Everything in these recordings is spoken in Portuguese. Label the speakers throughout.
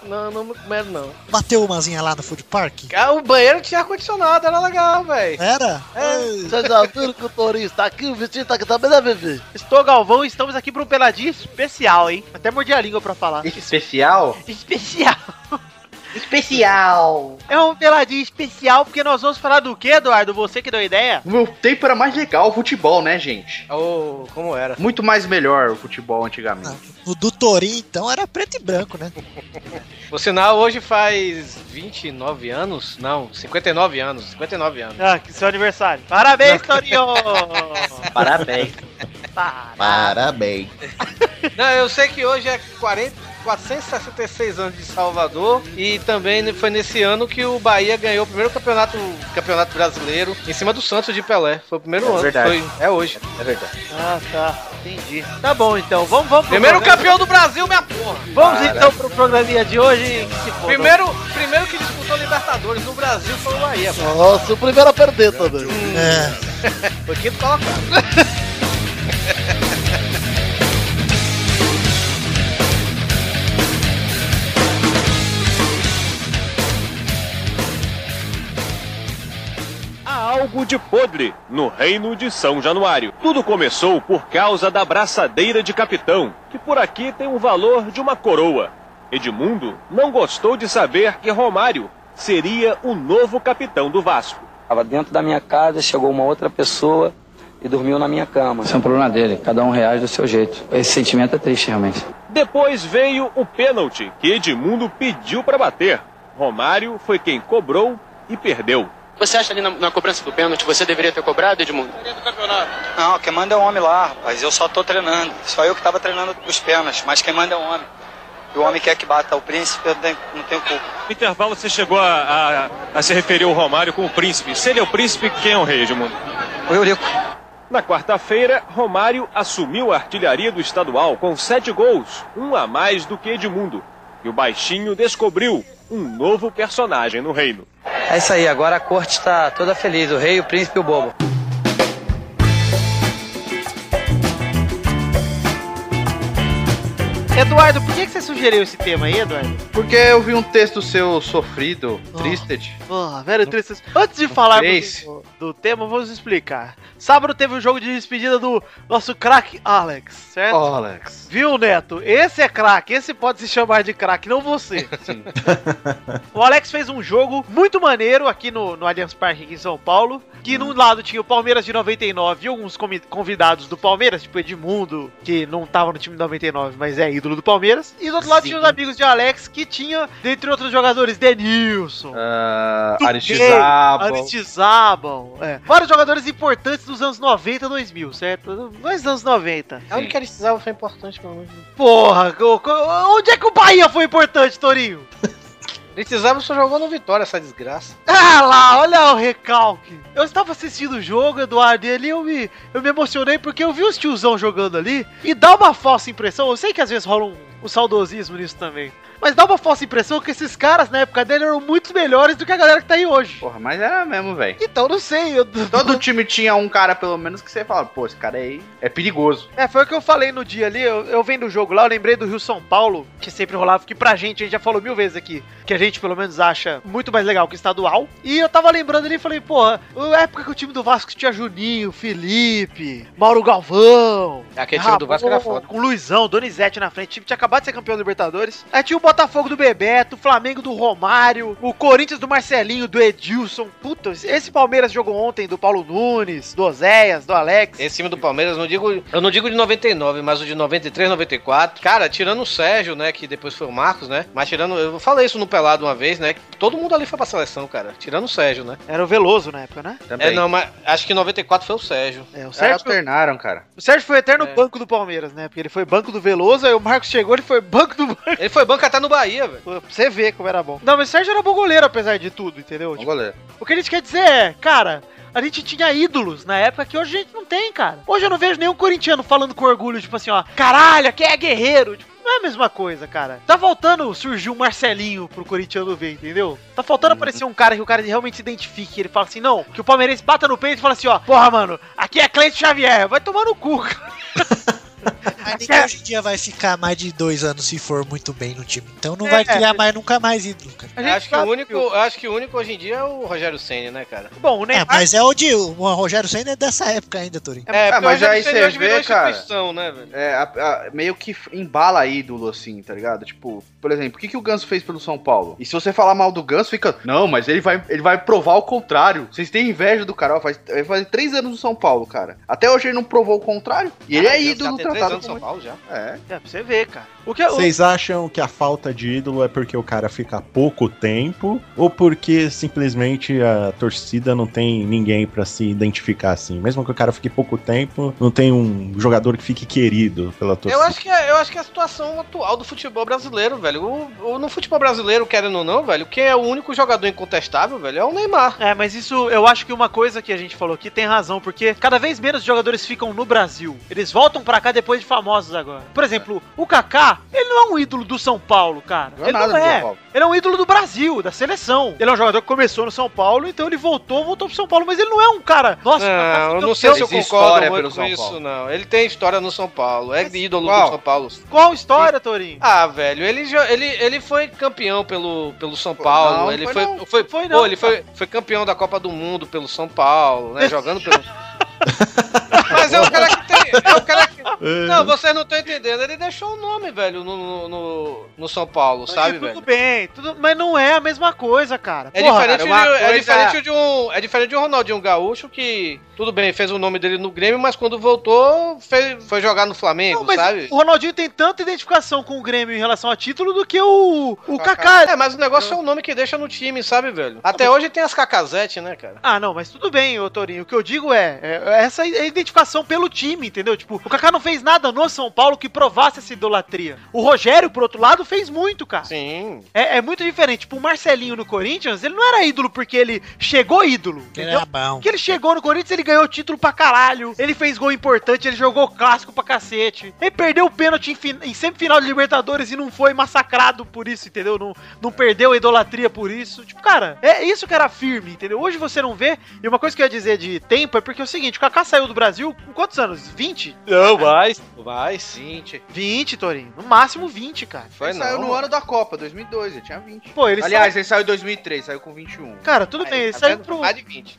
Speaker 1: Não, não me comendo não.
Speaker 2: Bateu umazinha lá no food park?
Speaker 1: Ah, o banheiro tinha ar-condicionado, era legal, velho.
Speaker 2: Era? Ei.
Speaker 3: Vocês já viram que o Torinho está aqui, o Vitinho está aqui também, né, Vivi?
Speaker 4: Estou Galvão e estamos aqui para um peladinho especial, hein? Até mordi a língua pra falar.
Speaker 1: Especial?
Speaker 4: Especial! Especial! É um peladinho especial porque nós vamos falar do que, Eduardo? Você que deu a ideia?
Speaker 5: No meu Um tempo era mais legal o futebol, né, gente?
Speaker 1: Ô, como era?
Speaker 5: Muito mais melhor o futebol antigamente.
Speaker 2: O do Torinho, então, era preto e branco, né?
Speaker 1: O sinal hoje faz 29 anos? Não, 59 anos, 59 anos.
Speaker 4: Ah, que seu aniversário. Parabéns, Torinho!
Speaker 1: Parabéns.
Speaker 6: Parabéns.
Speaker 1: Não, eu sei que hoje é 40, 466 anos de Salvador e também foi nesse ano que o Bahia ganhou o primeiro campeonato, campeonato brasileiro em cima do Santos de Pelé. Foi o primeiro ano.
Speaker 5: verdade.
Speaker 1: Foi, é hoje. É verdade.
Speaker 4: ah, tá. Entendi. Tá bom, então. Vamos, vamos. pro
Speaker 1: Primeiro
Speaker 4: programa.
Speaker 1: campeão do Brasil, minha porra!
Speaker 4: Vamos, então, pro programinha de hoje. Que se foda.
Speaker 1: Primeiro, primeiro que disputou Libertadores no Brasil foi o Bahia, pô.
Speaker 3: Nossa, o primeiro a perder também.
Speaker 2: É.
Speaker 1: Foi quinto colocado.
Speaker 7: Há algo de podre no reino de São Januário. Tudo começou por causa da braçadeira de capitão, que por aqui tem o valor de uma coroa. Edmundo não gostou de saber que Romário seria o novo capitão do Vasco.
Speaker 8: Estava dentro da minha casa, chegou uma outra pessoa e dormiu na minha cama. Isso é um problema dele, cada um reage do seu jeito. Esse sentimento é triste, realmente.
Speaker 7: Depois veio o pênalti que Edmundo pediu para bater. Romário foi quem cobrou e perdeu.
Speaker 9: Você acha ali na, na cobrança do pênalti, você deveria ter cobrado, Edmundo?
Speaker 8: Não, quem manda é o homem lá, rapaz. Eu só tô treinando. Só eu que tava treinando os penas, mas quem manda é o homem. E o homem quer que bata. O príncipe eu tenho- não tenho culpa.
Speaker 7: No intervalo você chegou a, se referir ao Romário como príncipe. Se ele é o príncipe, quem é o rei, Edmundo?
Speaker 8: O Eurico.
Speaker 7: Na quarta-feira, Romário assumiu a artilharia do estadual com sete gols, um a mais do que Edmundo. E o baixinho descobriu um novo personagem no reino.
Speaker 8: É isso aí, agora a corte está toda feliz. O rei, o príncipe e o bobo.
Speaker 4: Eduardo, por que, que você sugeriu esse tema aí, Eduardo?
Speaker 5: Porque eu vi um texto seu sofrido,
Speaker 4: Ah.
Speaker 3: Oh.
Speaker 5: triste.
Speaker 4: Porra, velho, triste. Antes de falarmos
Speaker 5: fez.
Speaker 4: do, do tema, vamos explicar. Sábado teve o jogo de despedida do nosso craque Alex, certo?
Speaker 5: Alex.
Speaker 4: Viu, Neto? Esse é craque, esse pode se chamar de craque, não você. o Alex fez um jogo muito maneiro aqui no, no Allianz Parque, aqui em São Paulo. Que num lado tinha o Palmeiras de 99 e alguns comi- convidados do Palmeiras, tipo Edmundo, que não tava no time de 99, mas é ídolo do Palmeiras. E do outro lado tinha os amigos de Alex, que tinha, dentre outros jogadores, Denilson.
Speaker 5: Ah,
Speaker 4: Tudo
Speaker 5: Aristizábal.
Speaker 4: Aristizábal, é. Vários jogadores importantes dos anos 90 2000, certo? Mais anos 90.
Speaker 1: A única É que eles precisavam foi importante, pelo amor de Deus.
Speaker 4: Porra, co- co- onde é que o Bahia foi importante, Torinho?
Speaker 1: Precisava só jogou no Vitória, essa desgraça.
Speaker 4: Ah lá, olha o recalque. Eu estava assistindo o jogo, Eduardo, e ali eu me, eu me emocionei porque eu vi os tiozão jogando ali e dá uma falsa impressão. Eu sei que às vezes rola um, um saudosismo nisso também. Mas dá uma falsa impressão que esses caras na época dele eram muito melhores do que a galera que tá aí hoje.
Speaker 5: Porra, mas era mesmo, velho.
Speaker 4: Então não sei, eu...
Speaker 5: Todo time tinha um cara, pelo menos, que você fala, pô, esse cara aí é perigoso.
Speaker 4: É, foi o que eu falei no dia ali, eu, eu vendo o jogo lá, eu lembrei do Rio São Paulo, que sempre rolava, que pra gente, a gente já falou mil vezes aqui, que a gente pelo menos acha muito mais legal que estadual. E eu tava lembrando ali e falei, porra, a época que o time do Vasco tinha Juninho, Felipe, Mauro Galvão.
Speaker 1: É, Aquele time do Vasco era foda.
Speaker 4: Com Luizão, Donizete na frente, o time tinha acabado de ser campeão da Libertadores. Aí tinha o Botafogo do Bebeto, o Flamengo do Romário, o Corinthians do Marcelinho, do Edilson. Puta, esse Palmeiras jogou ontem do Paulo Nunes, do Oséias, do Alex.
Speaker 1: Esse time do Palmeiras, não digo, eu não digo de 99, mas o de 93, 94. Cara, tirando o Sérgio, né, que depois foi o Marcos, né? Mas tirando, eu falei isso no Pelado uma vez, né? que Todo mundo ali foi pra seleção, cara. Tirando o Sérgio, né?
Speaker 4: Era o Veloso na época, né?
Speaker 1: É, não, mas acho que 94 foi o Sérgio.
Speaker 4: É, o
Speaker 5: Os caras
Speaker 4: Sérgio,
Speaker 5: alternaram, cara.
Speaker 4: o Sérgio foi o eterno
Speaker 1: É.
Speaker 4: banco do Palmeiras, né? Porque ele foi banco do Veloso, aí o Marcos chegou, ele foi banco do banco.
Speaker 1: Ele foi banco até no Bahia, velho.
Speaker 4: Pra você ver como era bom. Não, mas o Sérgio era bom goleiro, apesar de tudo, entendeu?
Speaker 5: Bom
Speaker 4: Tipo,
Speaker 5: goleiro.
Speaker 4: o que a gente quer dizer é, cara, a gente tinha ídolos na época que hoje a gente não tem, cara. Hoje eu não vejo nenhum corintiano falando com orgulho, tipo assim, ó, caralho, aqui é guerreiro. Tipo, não é a mesma coisa, cara. Tá faltando surgir um Marcelinho pro corintiano ver, entendeu? Tá faltando
Speaker 1: Uhum.
Speaker 4: aparecer um cara que o cara realmente se identifique. Ele fala assim, não, que o palmeirense bata no peito e fala assim, ó, porra, mano, aqui é Cleiton Xavier, vai tomar no cu, cara.
Speaker 2: Mas ninguém hoje em dia vai ficar mais de dois anos se for muito bem no time. Então
Speaker 4: É.
Speaker 2: não vai criar mais nunca mais ídolo, cara.
Speaker 4: A gente
Speaker 1: Acho que, o
Speaker 4: sabe
Speaker 1: único, acho que o único hoje em dia é o Rogério Senna, né, cara?
Speaker 4: Bom, o
Speaker 2: É,
Speaker 4: Neymar...
Speaker 2: mas é o de. O Rogério Senna é dessa época ainda, Turim.
Speaker 5: É,
Speaker 1: porque o
Speaker 5: mas
Speaker 1: Rogério
Speaker 5: aí
Speaker 1: Ceni
Speaker 5: você
Speaker 1: hoje virou
Speaker 5: vê, cara.
Speaker 1: instituição, né, velho?
Speaker 5: É, a- a- meio que embala ídolo, assim, tá ligado? Tipo, por exemplo, o que, que o Ganso fez pelo São Paulo? E se você falar mal do Ganso, fica. Não, mas ele vai, ele vai provar o contrário. Vocês têm inveja do cara. Ó, faz, ele faz três anos no São Paulo, cara. Até hoje ele não provou o contrário. E ele é
Speaker 1: Caralho,
Speaker 5: ídolo
Speaker 1: tem três
Speaker 5: tratado
Speaker 1: anos em São
Speaker 5: como.
Speaker 1: Paulo já.
Speaker 5: É.
Speaker 4: É, pra você ver, cara. O que é... o-
Speaker 6: Vocês acham que a falta de ídolo é porque o cara fica pouco tempo ou porque simplesmente a torcida não tem ninguém pra se identificar assim? Mesmo que o cara fique pouco tempo, não tem um jogador que fique querido pela
Speaker 1: Eu
Speaker 6: torcida.
Speaker 1: acho, que é, eu acho que é a situação atual do futebol brasileiro, velho. O, o- no futebol brasileiro, querendo ou não, velho, quem é o único jogador incontestável, velho, é o Neymar.
Speaker 4: É, mas isso eu acho que uma coisa que a gente falou aqui tem razão, porque cada vez menos jogadores ficam no Brasil. Eles voltam pra cá depois de famosos agora. Por exemplo, o Kaká, ele não é um ídolo do São Paulo, cara.
Speaker 5: Não é
Speaker 4: ele
Speaker 5: nada
Speaker 4: não
Speaker 5: do São
Speaker 4: é.
Speaker 5: Paulo.
Speaker 4: Ele é um ídolo do Brasil, da seleção. Ele é um jogador que começou no São Paulo, então ele voltou, voltou pro São Paulo, mas ele não é um cara. Nossa,
Speaker 1: Não, eu
Speaker 4: meu
Speaker 1: não sei
Speaker 4: Deus,
Speaker 1: se eu
Speaker 5: Existe
Speaker 1: concordo
Speaker 5: história
Speaker 1: muito
Speaker 5: pelo
Speaker 1: com
Speaker 5: São
Speaker 1: isso,
Speaker 5: Paulo.
Speaker 1: não. Ele tem história no São Paulo, é de ídolo
Speaker 5: qual?
Speaker 1: do São Paulo.
Speaker 4: qual história, Torinho?
Speaker 1: Ah, velho, ele, jo- ele, ele foi campeão pelo, pelo São Paulo.
Speaker 5: não,
Speaker 1: ele
Speaker 5: foi
Speaker 1: foi,
Speaker 5: não.
Speaker 1: foi,
Speaker 4: Foi
Speaker 1: foi,
Speaker 4: não.
Speaker 1: pô, ele foi, foi campeão da Copa do Mundo pelo São Paulo, né? Jogando pelo. Mas é o cara que tem. É o cara que. Não, vocês não estão entendendo. Ele deixou o nome, velho, no, no, no- no São Paulo, sabe,
Speaker 4: tudo
Speaker 1: velho?
Speaker 4: bem, tudo, mas não é a mesma coisa, cara.
Speaker 1: É
Speaker 4: Porra,
Speaker 1: diferente,
Speaker 5: é uma
Speaker 1: de, é
Speaker 5: coisa-
Speaker 1: diferente de um. É diferente de um Ronaldinho Gaúcho que, tudo bem, fez o nome dele no Grêmio, mas quando voltou, fez- foi jogar no Flamengo,
Speaker 4: Não, mas
Speaker 1: sabe?
Speaker 4: o Ronaldinho tem tanta identificação com o Grêmio em relação a título do que o, o
Speaker 5: Kaká.
Speaker 4: Kaká.
Speaker 1: É, mas o negócio é o nome que deixa no time, sabe, velho? Até hoje tem as cacazete, né, cara?
Speaker 4: Ah, não, mas tudo bem, ô Torinho. O que eu digo é, é, essa é a identificação pelo time, entendeu? Tipo, o Kaká não fez nada no São Paulo que provasse essa idolatria. O Rogério, por outro lado, fez muito, cara.
Speaker 1: Sim.
Speaker 4: É, é muito diferente. Tipo, o Marcelinho no Corinthians, ele não era ídolo porque ele chegou ídolo,
Speaker 2: Ele
Speaker 4: entendeu?
Speaker 2: era bom.
Speaker 4: Porque ele chegou no Corinthians, ele ganhou título pra caralho. Ele fez gol importante, ele jogou clássico pra cacete. Ele perdeu o pênalti em, fin- em semifinal de Libertadores e não foi massacrado por isso, entendeu? Não, não perdeu a idolatria por isso. Tipo, cara, é isso que era firme, entendeu? Hoje você não vê. E uma coisa que eu ia dizer de tempo é porque é o seguinte: o Kaká saiu do Brasil com quantos anos? 20?
Speaker 1: Não, vai. Vai sim. tio.
Speaker 4: 20, Torinho. No máximo 20, cara.
Speaker 1: Foi
Speaker 5: ele
Speaker 1: não.
Speaker 5: saiu no ano da Copa, 2002, ele tinha 20.
Speaker 4: Pô, ele
Speaker 5: Aliás, ele saiu em 2003, saiu com 21.
Speaker 4: saiu. Cara, tudo bem,
Speaker 1: tá
Speaker 4: ele saiu pro.
Speaker 1: Mais de 20.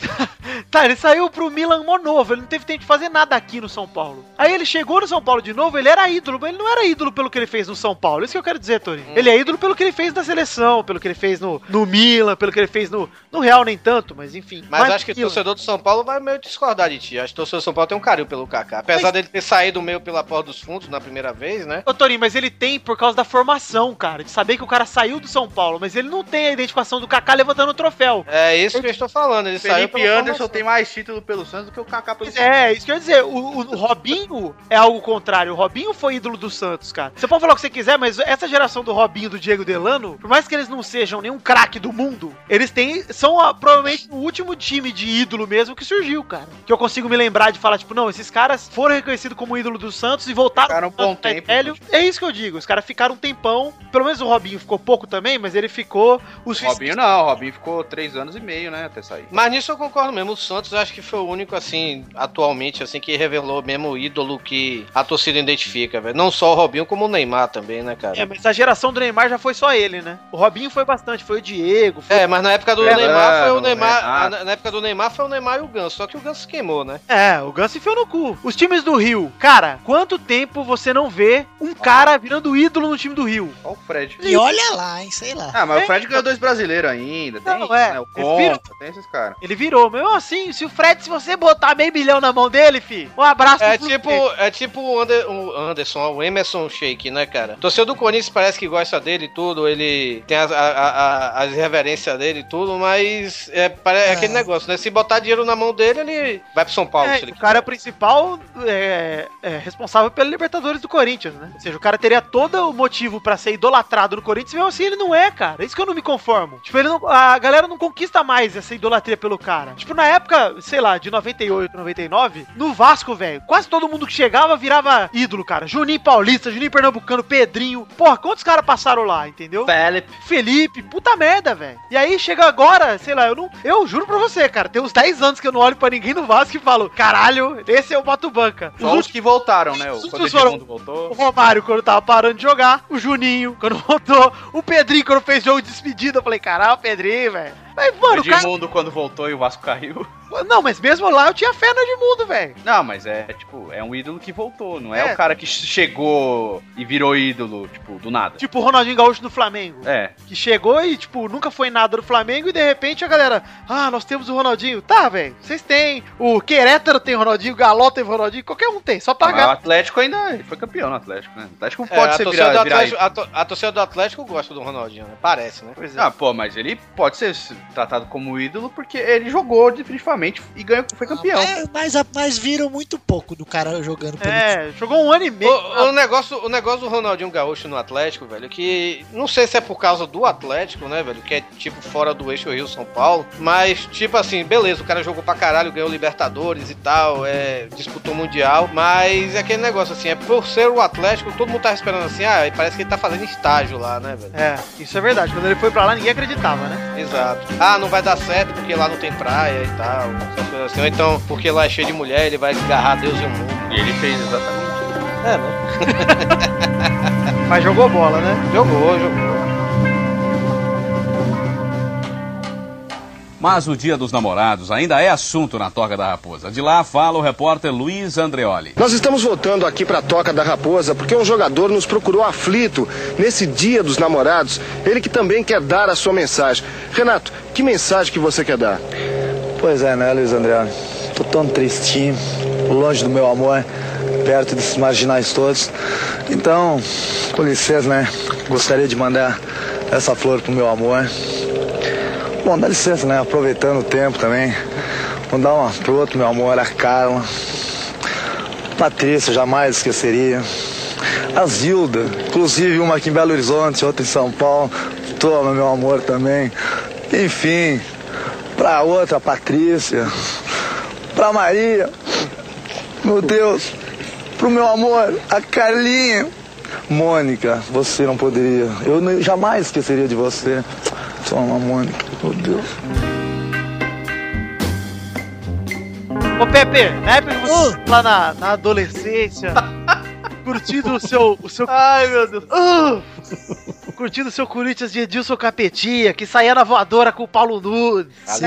Speaker 4: Tá, ele saiu pro Milan Monovo, ele não teve tempo de fazer nada aqui no São Paulo. Aí ele chegou no São Paulo de novo, ele era ídolo, mas ele não era ídolo pelo que ele fez no São Paulo, isso que eu quero dizer, Tony. Ele é
Speaker 1: Hum.
Speaker 4: ídolo pelo que ele fez na seleção, pelo que ele fez no, no Milan, pelo que ele fez no, no Real nem tanto, mas enfim.
Speaker 1: Mas
Speaker 4: Mais
Speaker 1: acho que o
Speaker 4: Milan.
Speaker 1: torcedor do São Paulo vai meio discordar de ti. Acho que o torcedor do São Paulo tem um carinho pelo Kaká. Apesar dele ter saído meio pela porta dos fundos na primeira vez, né?
Speaker 4: Ô, Torinho, mas ele tem por causa da formação, cara. De saber que o cara saiu do São Paulo, mas ele não tem a identificação do Kaká levantando o troféu.
Speaker 1: É isso que eu estou falando. Ele saiu
Speaker 5: Felipe
Speaker 1: pela
Speaker 5: Anderson
Speaker 1: formação.
Speaker 5: tem mais título pelo Santos do que o Kaká pelo
Speaker 4: Pois
Speaker 5: Santos.
Speaker 4: é, isso que eu ia dizer. O, o- o Robinho é algo contrário. O Robinho foi ídolo do Santos, cara. Você pode falar o que você quiser, mas essa geração do Robinho e do Diego Delano, por mais que eles não sejam nenhum craque do mundo, eles têm. são ah, provavelmente o último time de ídolo mesmo que surgiu, cara. Que eu consigo me lembrar de falar, tipo, não, esses caras foram reconhecidos como ídolo do Santos e voltaram
Speaker 5: Ficaram um
Speaker 4: pro
Speaker 5: bom
Speaker 4: Santos mais
Speaker 5: tempo,
Speaker 4: velho.
Speaker 5: né?
Speaker 4: É isso que eu digo, os caras ficaram um tempão. Pelo menos o Robinho ficou pouco também, mas ele ficou os
Speaker 5: Robinho não, Robinho ficou três anos e meio, né, até sair.
Speaker 1: Mas nisso eu concordo mesmo. O Santos acho que foi o único, assim, atualmente, assim, que revelou mesmo o ídolo que a torcida identifica, velho. Não só o Robinho, como o Neymar também, né, cara?
Speaker 4: É, mas a geração do Neymar já foi só ele, né? O Robinho foi bastante, foi o Diego, foi
Speaker 1: É, mas na época do
Speaker 5: É,
Speaker 1: Neymar foi o
Speaker 5: não,
Speaker 1: Neymar. Ah.
Speaker 5: Renato.
Speaker 1: na- Na época do Neymar foi o Neymar e o Ganso. Só que o Ganso queimou, né?
Speaker 4: É, o Ganso enfiou no cu. Os times do Rio, cara, quanto tempo você não vê um cara virando ídolo no time do Rio?
Speaker 5: Olha o Fred.
Speaker 2: E olha lá, hein, sei lá.
Speaker 5: Ah, mas o Fred ganhou dois brasileiros ainda. Tem,
Speaker 4: Não,
Speaker 5: isso,
Speaker 4: é,
Speaker 5: né, o
Speaker 4: ele vira-
Speaker 5: Conta, tem esses caras.
Speaker 4: Ele virou, mesmo assim, se o Fred, se você botar meio milhão na mão dele, fi, um abraço
Speaker 1: É
Speaker 4: pro
Speaker 1: tipo,
Speaker 4: Fluminense.
Speaker 1: é tipo o, Ander- o Anderson, ó, o Emerson Shake, né, cara? Torcedor do Corinthians parece que gosta dele e tudo, ele tem as, a, a- a- as reverências dele e tudo, mas é, pare- é aquele negócio, né? Se botar dinheiro na mão dele, ele vai pro São Paulo. se
Speaker 4: É,
Speaker 1: ele
Speaker 4: o cara é o principal é, é, responsável pela Libertadores do Corinthians, né? Ou seja, o cara teria todo o motivo pra ser idolatrado no Corinthians, mesmo assim ele não é, cara. É isso que eu não me conformo. Tipo, ele não- a galera não conquista mais essa idolatria pelo cara. Tipo, na época, sei lá, de 98, 99, no Vasco, velho, quase todo mundo que chegava virava ídolo, cara. Juninho Paulista, Juninho Pernambucano, Pedrinho. Porra, quantos caras passaram lá, entendeu?
Speaker 5: Felipe.
Speaker 4: Felipe, puta merda, velho. E aí chega agora, sei lá, eu não. Eu juro pra você, cara, tem uns 10 anos que eu não olho pra ninguém no Vasco e falo, caralho, esse é o Bato Banca. Os
Speaker 5: Só os
Speaker 4: últimos-
Speaker 5: que voltaram, né? O
Speaker 4: Os
Speaker 5: quando o
Speaker 4: últimos foram-
Speaker 5: Edmundo
Speaker 4: O
Speaker 5: voltou.
Speaker 4: Romário, quando tava parando de jogar, o Juninho, quando voltou, o Pedrinho, quando fez jogo de despedida, eu falei, caralho, Pedrinho, velho. Mas,
Speaker 5: O
Speaker 4: mano, o cara.
Speaker 5: Edmundo quando voltou e o Vasco caiu.
Speaker 4: Não, mas mesmo lá eu tinha fé no Edmundo, velho.
Speaker 5: Não, mas é, é, tipo, é um ídolo que voltou, não é,
Speaker 4: É.
Speaker 5: o cara que ch- chegou e virou ídolo, tipo, do nada.
Speaker 4: Tipo o Ronaldinho Gaúcho do Flamengo.
Speaker 5: É.
Speaker 4: Que chegou e, tipo, nunca foi nada do Flamengo e de repente a galera, ah, nós temos o Ronaldinho. Tá, velho, vocês têm. O Querétaro tem Ronaldinho, o Galó tem Ronaldinho, qualquer um tem, só
Speaker 5: Mas o
Speaker 4: pagar.
Speaker 5: Atlético ainda ele foi campeão no Atlético, né? O Atlético
Speaker 1: É,
Speaker 5: pode
Speaker 1: a,
Speaker 5: ser
Speaker 1: torcida
Speaker 5: virar,
Speaker 1: do
Speaker 5: virar
Speaker 1: Atlético, a, to- a torcida do Atlético gosta do Ronaldinho, né? Parece, né?
Speaker 5: ídolo. Ah, pô, mas ele pode ser tratado como um ídolo porque ele jogou definitivamente e ganhou, foi campeão.
Speaker 2: Ah, Mas, mas, mas viram muito pouco do cara jogando pelo
Speaker 4: É, jogou um ano e meio.
Speaker 1: O, o negócio, o negócio do Ronaldinho Gaúcho no Atlético, velho, que não sei se é por causa do Atlético, né, velho, que é tipo fora do eixo Rio-São Paulo, mas tipo assim, beleza, o cara jogou pra caralho, ganhou Libertadores e tal, é, disputou Mundial, mas é aquele negócio assim, é por ser o Atlético, todo mundo tá esperando assim, ah, e parece que ele tá fazendo estágio lá, né, velho?
Speaker 4: É, isso é verdade. Quando ele foi pra lá, ninguém acreditava, né?
Speaker 1: Exato. Ah, não vai dar certo porque lá não tem praia e tal, essas coisas assim. Ou então, porque lá é cheio de mulher, ele vai agarrar Deus e o mundo.
Speaker 5: E ele fez exatamente.
Speaker 1: É, né?
Speaker 4: Mas jogou bola, né?
Speaker 1: Jogou, jogou.
Speaker 10: Mas o Dia dos Namorados ainda é assunto na Toca da Raposa. De lá fala o repórter Luiz Andreoli.
Speaker 11: Nós estamos voltando aqui para a Toca da Raposa porque um jogador nos procurou aflito nesse Dia dos Namorados. Ele que também quer dar a sua mensagem. Renato, que mensagem que você quer dar?
Speaker 12: Pois é, né, Luiz André? Tô tão tristinho, longe do meu amor, perto desses marginais todos. Então, com licença, né? Gostaria de mandar essa flor pro meu amor. Bom, dá licença, né? Aproveitando o tempo também. Mandar uma pro outro, meu amor, a Carla. Patrícia, jamais esqueceria. A Zilda, inclusive uma aqui em Belo Horizonte, outra em São Paulo. Toma, meu amor, também. Enfim, pra outra, Patrícia. Pra Maria. Meu Deus. Pro meu amor, a Carlinha. Mônica, você não poderia. Eu não- jamais esqueceria de você. Toma, Mônica. Meu Deus.
Speaker 4: Ô, Pepe, na época que você
Speaker 2: Ah.
Speaker 4: lá na, na adolescência, curtindo o seu. O seu
Speaker 5: Ai, meu Deus.
Speaker 4: Ah! curtindo o seu Corinthians de Edilson Capetinha, que saía na voadora com o Paulo Nunes.
Speaker 7: Tá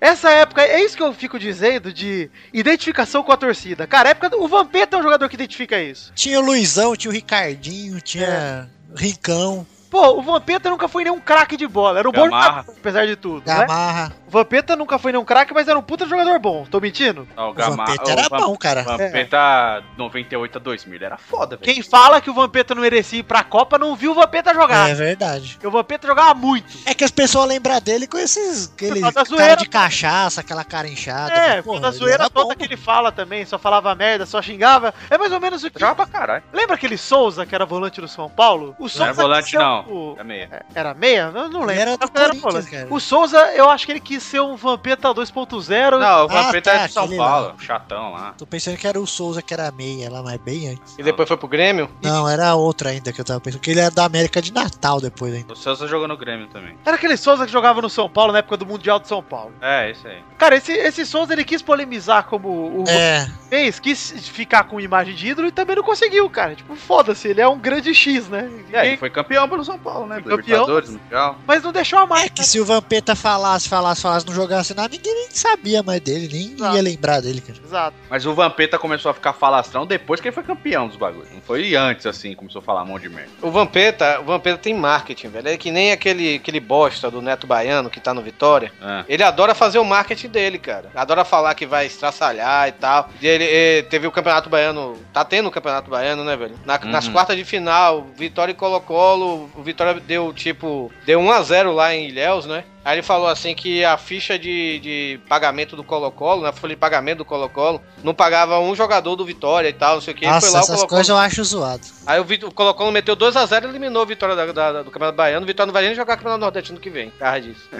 Speaker 4: Essa época, é isso que eu fico dizendo de identificação com a torcida. Cara, a época do, o Vampeta é um jogador que identifica isso.
Speaker 2: Tinha o Luizão, tinha o Ricardinho, tinha
Speaker 4: É.
Speaker 2: Rincão,
Speaker 4: Pô, o Vampeta nunca foi nenhum craque de bola. Era um bom
Speaker 5: Gamarra.
Speaker 4: jogador, apesar de tudo. Né?
Speaker 2: Gamarra.
Speaker 4: O Vampeta nunca foi nenhum craque, mas era um puta jogador bom. Tô mentindo?
Speaker 5: Não, o
Speaker 2: O
Speaker 5: Gamar-
Speaker 2: Vampeta era
Speaker 5: o Vam-
Speaker 2: bom, cara.
Speaker 5: Vampeta 98 a 2000 era foda, velho.
Speaker 4: Quem fala que o Vampeta não merecia ir pra Copa não viu o Vampeta jogar.
Speaker 2: É verdade.
Speaker 4: Porque o Vampeta jogava muito.
Speaker 2: É que as pessoas lembram dele com esses aquele
Speaker 4: causa da
Speaker 2: cara
Speaker 4: zoeira.
Speaker 2: de cachaça, aquela cara inchada.
Speaker 4: É,
Speaker 2: Porra,
Speaker 4: toda a
Speaker 2: ele
Speaker 4: zoeira
Speaker 2: era
Speaker 4: toda
Speaker 2: Ah, tá bom.
Speaker 4: que ele fala também, só falava merda, só xingava. É mais ou menos o que.
Speaker 5: Jogava pra caralho.
Speaker 4: Lembra aquele Souza que era volante do São Paulo? O
Speaker 5: Não era volante,
Speaker 4: o-
Speaker 5: não.
Speaker 1: Não, é meia.
Speaker 4: Era meia? Eu não lembro.
Speaker 2: Era do
Speaker 4: Mas era
Speaker 2: Corinthians,
Speaker 4: volante.
Speaker 2: cara.
Speaker 4: O Souza, eu acho que ele quis ser um Vampeta 2.0.
Speaker 1: Não, o
Speaker 2: Ah,
Speaker 1: Vampeta é
Speaker 2: tá,
Speaker 1: de São
Speaker 2: aquele
Speaker 1: Paulo, chatão lá.
Speaker 2: Tô pensando que era o Souza que era meia lá, mas bem antes.
Speaker 1: E depois foi pro Grêmio?
Speaker 2: Não, era outra ainda que eu tava pensando, que ele era da América de Natal depois ainda.
Speaker 5: O Celso jogou no Grêmio também.
Speaker 4: Era aquele Souza que jogava no São Paulo na época do Mundial de São Paulo.
Speaker 5: É, isso aí.
Speaker 4: Cara, esse, esse Souza ele quis polemizar como o
Speaker 2: É.
Speaker 4: fez, quis ficar com imagem de ídolo e também não conseguiu, cara. Tipo, foda-se, ele é um grande X, né?
Speaker 5: É, ele foi campeão pelo São Paulo, né?
Speaker 4: Campeão.
Speaker 5: Libertadores, Mundial.
Speaker 4: Mas não deixou a marca.
Speaker 2: Que se o Vampeta falasse, falasse, falasse, não jogasse nada, ninguém nem sabia mais dele, nem ia lembrar dele, cara.
Speaker 4: Exato.
Speaker 5: Mas o Vampeta começou a ficar falastrão depois que ele foi campeão dos bagulhos. Não foi antes, assim, começou a falar um monte de merda.
Speaker 1: O Vampeta, o Vampeta tem marketing, velho. É que nem aquele, aquele bosta do Neto Baiano que tá no Vitória.
Speaker 2: É.
Speaker 5: Ah.
Speaker 1: Ele adora fazer o marketing dele, cara. Adora falar que vai estraçalhar e tal. E ele, eh, teve o Campeonato Baiano. Tá tendo o Campeonato Baiano, né, velho? Na- Nas
Speaker 5: Uhum.
Speaker 1: quartas de final, Vitória e Colo-Colo. O Vitória deu tipo. Deu 1x0 lá em Ilhéus, né? Aí ele falou assim que a ficha de, de pagamento do Colo-Colo, na folha de pagamento do Colo-Colo, não pagava um jogador do Vitória e tal, não sei o que.
Speaker 2: Nossa,
Speaker 1: foi lá, o
Speaker 2: essas
Speaker 1: Colo-Colo
Speaker 2: coisas eu acho zoado.
Speaker 1: Aí o, Vitor, o Colo-Colo meteu 2x0 e eliminou a vitória da- da- do Campeonato Baiano. O Vitória não vai nem jogar Campeonato Nordeste ano que vem, por causa disso.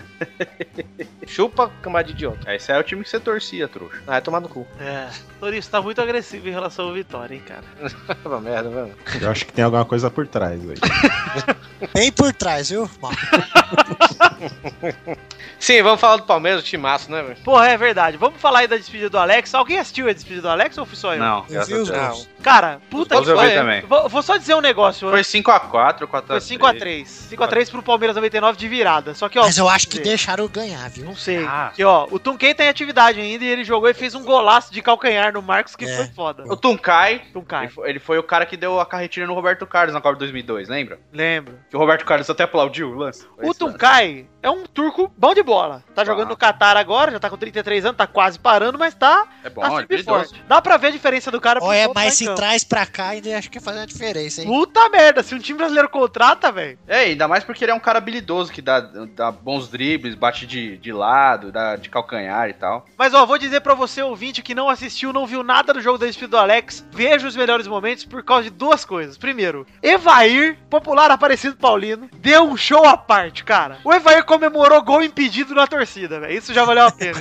Speaker 1: Chupa, camada de idiota.
Speaker 5: Aí Esse aí é o time que você torcia, trouxa.
Speaker 1: Ah, é tomar no cu.
Speaker 4: É, o Torinho tá muito agressivo em relação ao Vitória, hein, cara.
Speaker 1: Uma merda, velho.
Speaker 6: Eu acho que tem alguma coisa por trás aí.
Speaker 2: Bem por trás, viu? Mal.
Speaker 1: Sim, vamos falar do Palmeiras, o timaço, né, velho?
Speaker 4: Porra, é verdade. Vamos falar aí da despedida do Alex. Alguém assistiu a despedida do Alex ou fui só eu?
Speaker 5: Não,
Speaker 2: Eu
Speaker 5: graças
Speaker 2: vi
Speaker 5: a
Speaker 2: os
Speaker 5: Deus.
Speaker 2: gols.
Speaker 4: Cara, puta
Speaker 5: Os
Speaker 4: que
Speaker 5: gols eu vi
Speaker 4: pariu.
Speaker 5: também.
Speaker 4: Vou, vou só dizer um negócio.
Speaker 5: Foi 5x4, 4x3.
Speaker 4: Foi 5x3. 5x3 pro Palmeiras 99 de virada. Só que, ó.
Speaker 2: Mas eu acho que
Speaker 4: dizer,
Speaker 2: deixaram eu ganhar, viu?
Speaker 4: Não sei.
Speaker 5: Ah.
Speaker 4: Que, ó, o Tunquei tá em atividade ainda e ele jogou e fez um golaço de calcanhar no Marcos que
Speaker 2: É.
Speaker 4: foi foda.
Speaker 5: O Tunkai,
Speaker 4: Tunkai.
Speaker 5: ele
Speaker 1: É.
Speaker 5: foi, ele foi o cara que deu a carretilha no Roberto Carlos na Copa de 2002, lembra?
Speaker 4: Lembro.
Speaker 5: Que o Roberto Carlos até aplaudiu o lance.
Speaker 4: O Tunkai é um turco bom de bola. Tá jogando
Speaker 1: Ah.
Speaker 4: no Qatar agora, já tá com 33 anos, tá quase parando, mas tá,
Speaker 5: É bom,
Speaker 4: tá
Speaker 5: é
Speaker 4: sempre
Speaker 5: habilidoso.
Speaker 4: forte. Dá pra ver a diferença do cara
Speaker 2: Olha,
Speaker 4: outro lá
Speaker 2: mas
Speaker 4: em
Speaker 2: se
Speaker 4: campo.
Speaker 2: traz pra cá, ainda acho que ia fazer uma diferença, hein?
Speaker 4: Puta merda, se um time brasileiro contrata, velho.
Speaker 5: É, ainda mais porque ele é um cara habilidoso, que dá, dá bons dribles, bate de, de lado, dá de calcanhar e tal.
Speaker 4: Mas ó, vou dizer pra você, ouvinte, que não assistiu, não viu nada do jogo da despedida do Alex, veja os melhores momentos por causa de duas coisas. Primeiro, Evair, popular aparecido paulino, deu um show à parte, cara. O Evair comemorou gol impedido na torcida, velho. Isso já valeu a pena.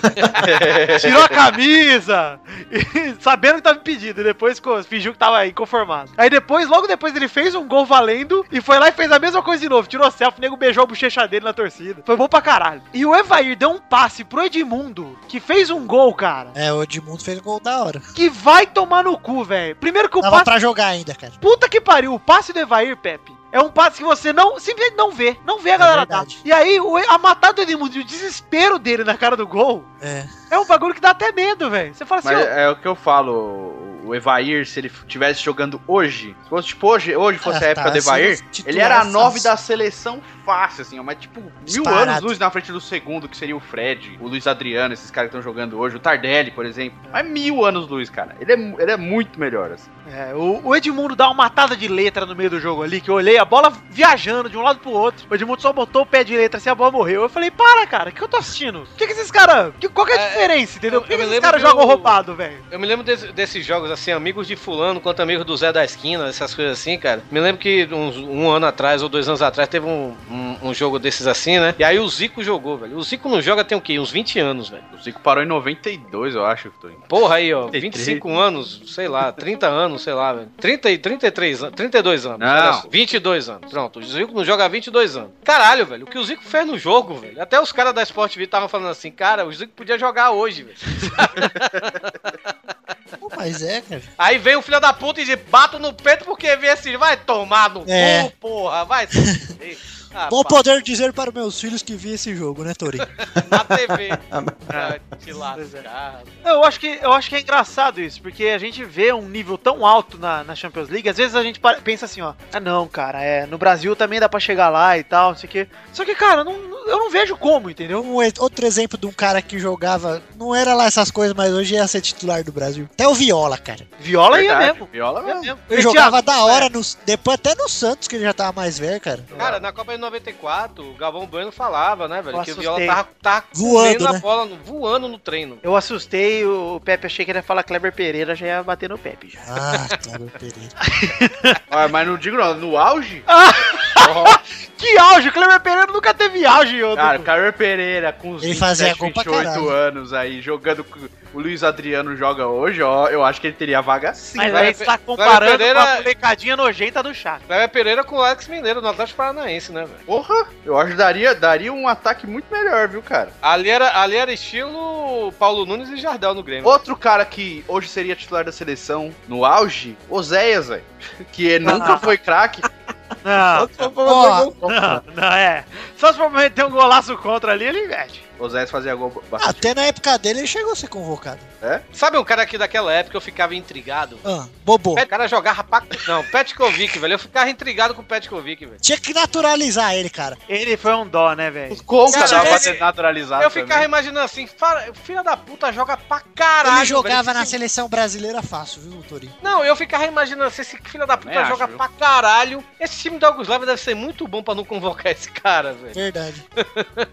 Speaker 4: Tirou a camisa, e- sabendo que tava impedido, e depois co- fingiu que tava inconformado. Aí depois, logo depois, ele fez um gol valendo e foi lá e fez a mesma coisa de novo. Tirou selfie, o nego beijou a bochecha dele na torcida. Foi bom pra caralho. E o Evair deu um passe pro Edmundo, que fez um gol, cara,
Speaker 2: É, o Edmundo fez gol da hora.
Speaker 4: que vai tomar no cu, velho. Primeiro que o
Speaker 2: Dava
Speaker 4: passe.
Speaker 2: pra jogar ainda, cara.
Speaker 4: Puta que pariu, o passe do Evair, Pepe. É um passe que você não simplesmente não vê. Não vê a galera dar.
Speaker 2: É verdade.
Speaker 4: E aí, o- a matada do Edmundo e o desespero dele na cara do gol
Speaker 2: É.
Speaker 4: é um bagulho que dá até medo, velho. Você fala assim,
Speaker 5: Mas
Speaker 4: ó,
Speaker 5: é, é o que eu falo, o Evair, se ele estivesse jogando hoje, se fosse tipo hoje, hoje fosse
Speaker 2: Ah,
Speaker 5: a época
Speaker 2: tá,
Speaker 5: do Evair,
Speaker 2: assim, titular
Speaker 5: ele era a nove
Speaker 2: fácil.
Speaker 5: da seleção fácil, assim, ó, mas tipo, mil
Speaker 2: Disparado.
Speaker 5: anos luz na frente do segundo, que seria o Fred, o Luiz Adriano, esses caras que estão jogando hoje, o Tardelli, por exemplo. Mas mil anos luz, cara. Ele é, mu- ele é muito melhor, assim.
Speaker 4: É, o, o Edmundo dá uma matada de letra no meio do jogo ali, que eu olhei a bola viajando de um lado pro outro. O Edmundo só botou o pé de letra assim, a bola morreu. Eu falei, para, cara, o que eu tô assistindo? O que, que esses caras. que- Qual que é a
Speaker 1: É,
Speaker 4: diferença, entendeu?
Speaker 1: eu-
Speaker 4: Por que,
Speaker 1: eu
Speaker 4: que
Speaker 1: me
Speaker 4: esses
Speaker 1: lembro
Speaker 4: caras
Speaker 1: que
Speaker 4: jogam
Speaker 1: eu-
Speaker 4: roubado, velho?
Speaker 1: Eu me lembro desse- desses jogos, assim, amigos de fulano contra amigos do Zé da Esquina, essas coisas assim, cara. Me lembro que uns, um ano atrás ou dois anos atrás teve um, um, um jogo desses assim, né? E aí o Zico jogou, velho. O Zico não joga tem o quê? Uns 20 anos, velho.
Speaker 5: O Zico parou em 92, eu acho, Tony.
Speaker 1: Porra aí, ó,
Speaker 5: 33.
Speaker 1: 25 anos, sei lá, 30 anos, sei lá, velho. 30, e 33 anos, 32 anos. olha só, 22 anos, pronto. O Zico não joga há 22 anos. Caralho, velho, o que o Zico fez no jogo, velho. Até os caras da Sport V estavam falando assim, cara, o Zico podia jogar hoje, velho.
Speaker 2: Pô, mas é, cara.
Speaker 1: Aí vem o filho da puta e diz, bato no peito porque vem assim, vai tomar no
Speaker 2: É.
Speaker 1: cu, porra, vai. se fuder." Ah,
Speaker 2: Bom
Speaker 1: pá,
Speaker 2: poder dizer para meus filhos que vi esse jogo, né, Torinho?
Speaker 1: na TV. Ah, te lascar.
Speaker 4: Eu acho, que, eu acho que é engraçado isso, porque a gente vê um nível tão alto na, na Champions League, às vezes a gente para- pensa assim, ó, ah não, cara, é, no Brasil também dá pra chegar lá e tal, não sei o quê. Só que, cara, não- eu não vejo como, entendeu?
Speaker 2: Um e- outro exemplo de um cara que jogava, não era lá essas coisas, mas hoje ia ser titular do Brasil. Até o Viola, cara.
Speaker 4: Viola ia mesmo.
Speaker 5: Viola
Speaker 4: Ia
Speaker 5: mesmo.
Speaker 4: mesmo.
Speaker 2: Ele
Speaker 4: E,
Speaker 2: jogava
Speaker 4: Thiago,
Speaker 2: da hora, no, depois até no Santos, que ele já tava mais velho, cara.
Speaker 1: Cara, na Copa de 94, o Galvão Bueno falava, né, velho,
Speaker 4: Eu
Speaker 1: que o Viola
Speaker 4: assustei.
Speaker 1: tava, tava
Speaker 2: Voando,
Speaker 1: comendo
Speaker 2: né?
Speaker 1: a bola, no- voando no treino.
Speaker 4: Eu assustei, o Pepe achei que ele ia falar Kleber Pereira, já ia bater no Pepe já.
Speaker 2: tá, Ah, Kleber Pereira.
Speaker 5: Ah, mas não digo não, no auge?
Speaker 4: que auge! O Cleber Pereira nunca teve auge, ô.
Speaker 5: Cara, o Caio Pereira com os
Speaker 4: Ele fazia
Speaker 5: 27,
Speaker 4: gol pra
Speaker 5: 28
Speaker 4: caralho.
Speaker 5: anos aí, jogando com o Luiz Adriano joga hoje, ó, eu acho que ele teria vaga sim.
Speaker 4: Mas
Speaker 5: vai-
Speaker 4: aí você tá
Speaker 5: vai-
Speaker 4: comparando
Speaker 5: Pereira-
Speaker 4: com a molecadinha nojenta do Chaco.
Speaker 1: Cleber Pereira com o Alex Mineiro, no Atlético Paranaense, né, velho?
Speaker 5: Porra, eu acho que daria, daria um ataque muito melhor, viu, cara?
Speaker 1: Ali era, ali era estilo Paulo Nunes e Jardel no Grêmio.
Speaker 5: Outro cara que hoje seria titular da seleção no auge, Oséias, velho. Que nunca foi craque.
Speaker 4: Não,
Speaker 5: Ó,
Speaker 4: não, não, é. Só se for meter um golaço contra ali, ele investe.
Speaker 5: Oséias fazia gol bastante.
Speaker 2: Até na época dele ele chegou a ser convocado.
Speaker 5: É?
Speaker 1: Sabe um cara que daquela época eu ficava intrigado?
Speaker 2: Ah, bobo.
Speaker 5: É.
Speaker 1: O cara jogava pra... Não, Petkovic, velho. Eu ficava intrigado com o Petkovic, velho.
Speaker 2: Tinha que naturalizar ele, cara.
Speaker 4: Ele foi um dó, né, velho?
Speaker 5: Como,
Speaker 2: Se
Speaker 5: cara, pra
Speaker 2: tivesse-
Speaker 5: ser naturalizado
Speaker 1: eu ficava
Speaker 5: também.
Speaker 1: imaginando assim, fala- filha da puta joga pra caralho.
Speaker 2: ele jogava
Speaker 1: velho.
Speaker 2: na
Speaker 1: Esse-
Speaker 2: seleção brasileira fácil, viu, Torinho?
Speaker 1: Não, eu ficava imaginando assim, esse filho da puta
Speaker 5: É,
Speaker 2: Também acho,
Speaker 1: joga
Speaker 2: viu?
Speaker 1: pra caralho. Esse time da Yugoslávia deve ser muito bom pra não convocar esse cara, velho.
Speaker 2: Verdade.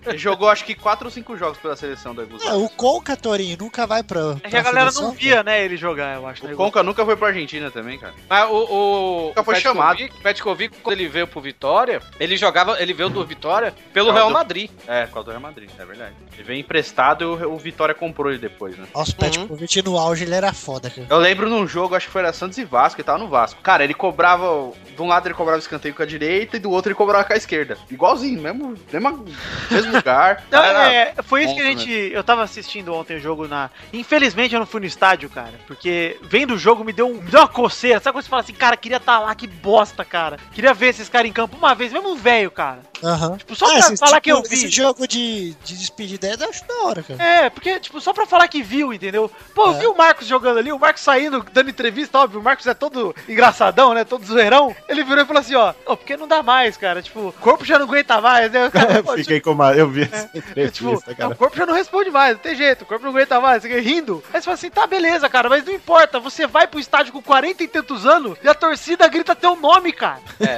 Speaker 5: Ele jogou acho que 4 ou 5 jogos pela seleção da
Speaker 2: É,
Speaker 5: Yugoslávia.
Speaker 2: o Conca, Torinho, nunca vai pra.
Speaker 4: É que
Speaker 2: pra
Speaker 4: a galera
Speaker 2: seleção.
Speaker 4: não via, né, ele jogar, eu acho.
Speaker 5: O Conca nunca foi pra Argentina também, cara.
Speaker 1: Mas o, o,
Speaker 5: Nunca
Speaker 1: o
Speaker 5: foi
Speaker 1: Petkovic-
Speaker 5: chamado.
Speaker 1: Petkovic, quando ele veio pro Vitória, ele jogava, ele veio do Vitória pelo
Speaker 5: É, o
Speaker 1: Real
Speaker 5: do-
Speaker 1: Madrid.
Speaker 5: É, com o Real Madrid, é verdade. Ele veio emprestado e o, o Vitória comprou ele depois, né?
Speaker 2: Nossa, o Petkovic no auge ele era foda, cara.
Speaker 5: Eu lembro num jogo, acho que foi era Santos e Vasco, ele tava no Vasco. Cara, ele cobrava. De um lado ele cobrava escanteio com a direita e do outro ele cobrava com a esquerda. Igualzinho, mesmo, mesmo, mesmo lugar.
Speaker 4: Não,
Speaker 5: Era- né?
Speaker 4: é, foi isso que a
Speaker 5: ponto,
Speaker 4: gente. Eu tava assistindo ontem o jogo na. Infelizmente eu não fui no estádio, cara. Porque vendo o jogo me deu, um, me deu uma coceira. Sabe quando você fala assim, cara, queria estar lá, que bosta, cara. Queria ver esses caras em campo uma vez, mesmo um velho, cara.
Speaker 2: Aham. Ah,
Speaker 4: Tipo, só pra falar que eu vi.
Speaker 2: Esse jogo de, de despedida eu acho da hora, cara.
Speaker 4: É, porque, tipo, só pra falar que viu, entendeu? Pô, eu vi o Marcos jogando ali, o Marcos saindo, dando entrevista, óbvio, o Marcos é todo engraçadão, né? Todo zoeirão. Ele virou e falou assim, ó, "Ô, porque não dá mais, cara. Tipo, o corpo já não aguenta mais, né? O cara, pô, é,
Speaker 6: Fiquei com uma. Eu vi essa
Speaker 4: Tipo,
Speaker 6: entrevista,
Speaker 4: o
Speaker 6: cara.
Speaker 4: corpo já não responde mais, não tem jeito, o corpo não aguenta mais, você fica rindo. Aí você fala assim, tá, beleza, cara, mas não importa, você vai pro estádio com 40 e tantos anos e a torcida grita teu nome, cara.
Speaker 5: É,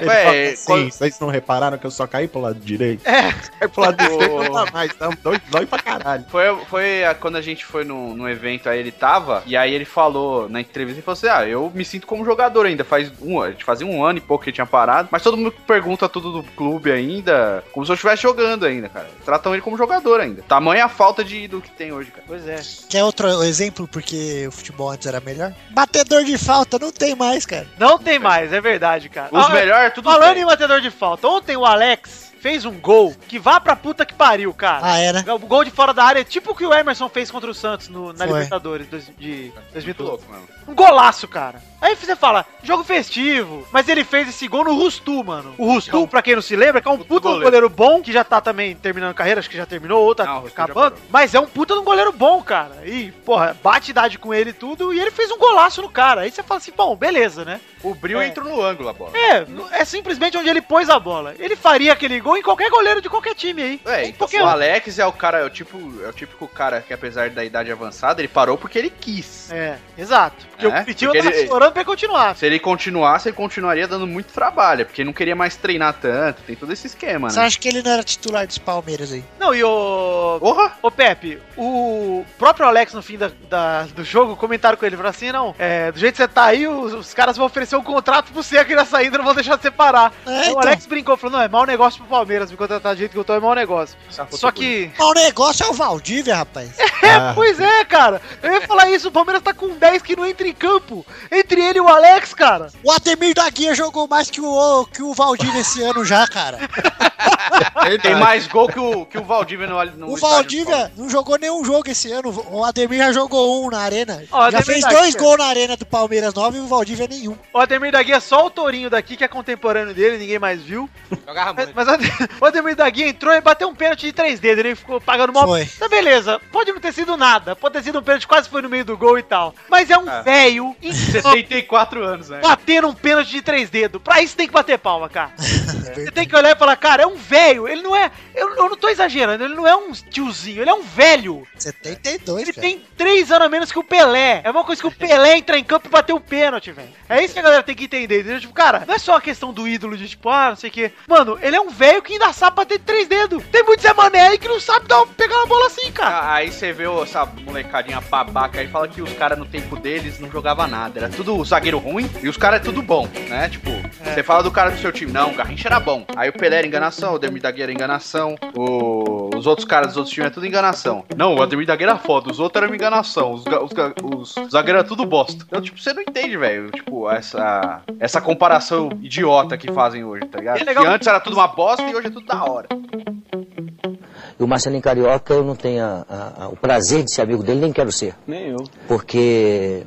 Speaker 6: Ele fala assim, vocês não repararam que eu só caí pro lado direito?
Speaker 4: É.
Speaker 6: Caí pro lado direito,
Speaker 5: Ô.
Speaker 6: não dá mais, dá- dói, dói pra caralho.
Speaker 5: Foi, foi a- quando a gente foi num, num evento, aí ele tava, e aí ele falou na entrevista, ele falou assim, ah, eu me sinto como jogador ainda, faz um ano, fazia um ano e pouco que ele tinha parado, mas todo mundo pergunta tudo do clube ainda, como se eu estivesse jogando ainda, cara. Tratam ele como jogador ainda. Tamanha a falta de ídolo que tem hoje, cara.
Speaker 4: Pois é.
Speaker 2: Quer outro exemplo porque o futebol antes era melhor? Batedor de falta não tem mais, cara.
Speaker 4: Não tem mais, é verdade, cara.
Speaker 2: Os
Speaker 4: Ah,
Speaker 2: melhores, tudo
Speaker 4: Falando
Speaker 2: bem.
Speaker 4: em batedor de falta, ontem o Alex fez um gol que vá pra puta que pariu, cara.
Speaker 2: Ah, era?
Speaker 4: O gol de fora da área, tipo o que o Emerson fez contra o Santos no- na
Speaker 2: Foi.
Speaker 4: Libertadores dois- de 2012.
Speaker 5: mano.
Speaker 4: Um golaço, cara. Aí você fala, jogo festivo, mas ele fez esse gol no Rustu, mano. O Rustu, pra quem não se lembra, que é um puta de um goleiro bom, que já tá também terminando carreira, acho que já terminou, ou tá acabando, mas é um puta de um goleiro bom, cara. E, porra, bate idade com ele e tudo, e ele fez um golaço no cara. Aí você fala assim, bom, beleza, né?
Speaker 5: O Bril
Speaker 4: É.
Speaker 5: entrou no ângulo a bola.
Speaker 4: É, é simplesmente onde ele pôs a bola. Ele faria aquele gol em qualquer goleiro de qualquer time aí.
Speaker 5: É,
Speaker 4: Em
Speaker 5: então,
Speaker 4: qualquer
Speaker 5: o
Speaker 4: um.
Speaker 5: Alex é o cara, é o tipo, é o típico cara que apesar da idade avançada, ele parou porque ele quis.
Speaker 4: É, exato. Porque
Speaker 5: É,
Speaker 4: o Pitinho
Speaker 5: porque
Speaker 4: tava
Speaker 5: ele-
Speaker 4: chorando pra ele continuar.
Speaker 5: Se ele continuasse, ele continuaria dando muito trabalho, porque ele não queria mais treinar tanto, tem todo esse esquema,
Speaker 2: Você
Speaker 5: né?
Speaker 2: acha que ele não era titular dos Palmeiras aí?
Speaker 4: Não, e o.
Speaker 5: Porra!
Speaker 4: Ô Pepe, o próprio Alex no fim da, da- do jogo comentaram com ele, falaram assim: não, é, do jeito que você tá aí, os, os caras vão oferecer um contrato pra você aqui na saída, não vão deixar você parar.
Speaker 2: É,
Speaker 4: Aí O
Speaker 2: então.
Speaker 4: Alex brincou, falou: não, é mau negócio pro Palmeiras me contratar do jeito que eu tô, é mau negócio. Só que.
Speaker 2: O negócio é o Valdívia, rapaz.
Speaker 4: É, pois é, cara. Eu ia falar isso, o Palmeiras tá com 10 que não entra em campo. Entre ele e o Alex, cara.
Speaker 2: O Ademir da Guia jogou mais que o, que o Valdívia esse ano já, cara.
Speaker 5: Tem mais gol que o, que o Valdívia no, no
Speaker 2: O
Speaker 5: estádio do
Speaker 2: Valdívia não jogou nenhum jogo esse ano. O Ademir já jogou um na arena.
Speaker 4: Ó,
Speaker 2: já
Speaker 4: Ademir
Speaker 2: fez
Speaker 4: da
Speaker 2: dois
Speaker 4: Guia.
Speaker 2: gols na arena do Palmeiras 9 e o Valdívia nenhum.
Speaker 4: O Ademir da Guia é só o Tourinho daqui, que é contemporâneo dele, ninguém mais viu.
Speaker 1: Jogava
Speaker 4: Mas, mas o Ade- o Ademir da Guia entrou e bateu um pênalti de três dedos, ele ficou pagando mal.
Speaker 2: Foi.
Speaker 4: Tá beleza, pode não ter sido nada, pode ter sido um pênalti quase foi no meio do gol e tal. Mas é um
Speaker 5: Ah.
Speaker 4: velho em
Speaker 5: Palmeiras. 74 anos, né?
Speaker 4: batendo um pênalti de três dedos. Pra isso tem que bater palma, cara. Você tem que olhar e falar, cara, é um velho. Ele não é. Eu, eu não tô exagerando, ele não é um tiozinho, ele é um velho.
Speaker 2: 72,
Speaker 4: Ele tem três anos a menos que o Pelé. É uma coisa que o Pelé entrar em campo e bater o pênalti, velho. É isso que a galera tem que entender, entendeu? Tipo, cara, não é só a questão do ídolo de tipo, ah, não sei o quê. Mano, ele é um velho que ainda sabe bater de três dedos. Tem muito Zé Mané aí que não sabe dar, pegar uma bola assim, cara.
Speaker 5: Ah, Aí você vê ô, essa molecadinha babaca aí, fala que os caras no tempo deles não jogava nada. Era tudo zagueiro ruim e os caras é tudo bom, né? Tipo,
Speaker 4: É.
Speaker 5: você fala do cara do seu time, não, o Garrincha era bom. Aí o Pelé era enganação, o Ademir da Guerra era enganação, o- os outros caras dos outros times é tudo enganação. Não, o Ademir da Guerra era foda, os outros eram enganação, os, ga- os, ga- os zagueiros eram tudo bosta. Então, tipo, você não entende, velho, tipo, essa, essa comparação idiota que fazem hoje, tá ligado?
Speaker 4: É legal-
Speaker 5: Que antes era tudo uma bosta e hoje é tudo da hora.
Speaker 13: E o Marcelinho Carioca, eu não tenho a- a- a- o prazer de ser amigo dele, nem quero ser.
Speaker 14: Nem eu.
Speaker 13: Porque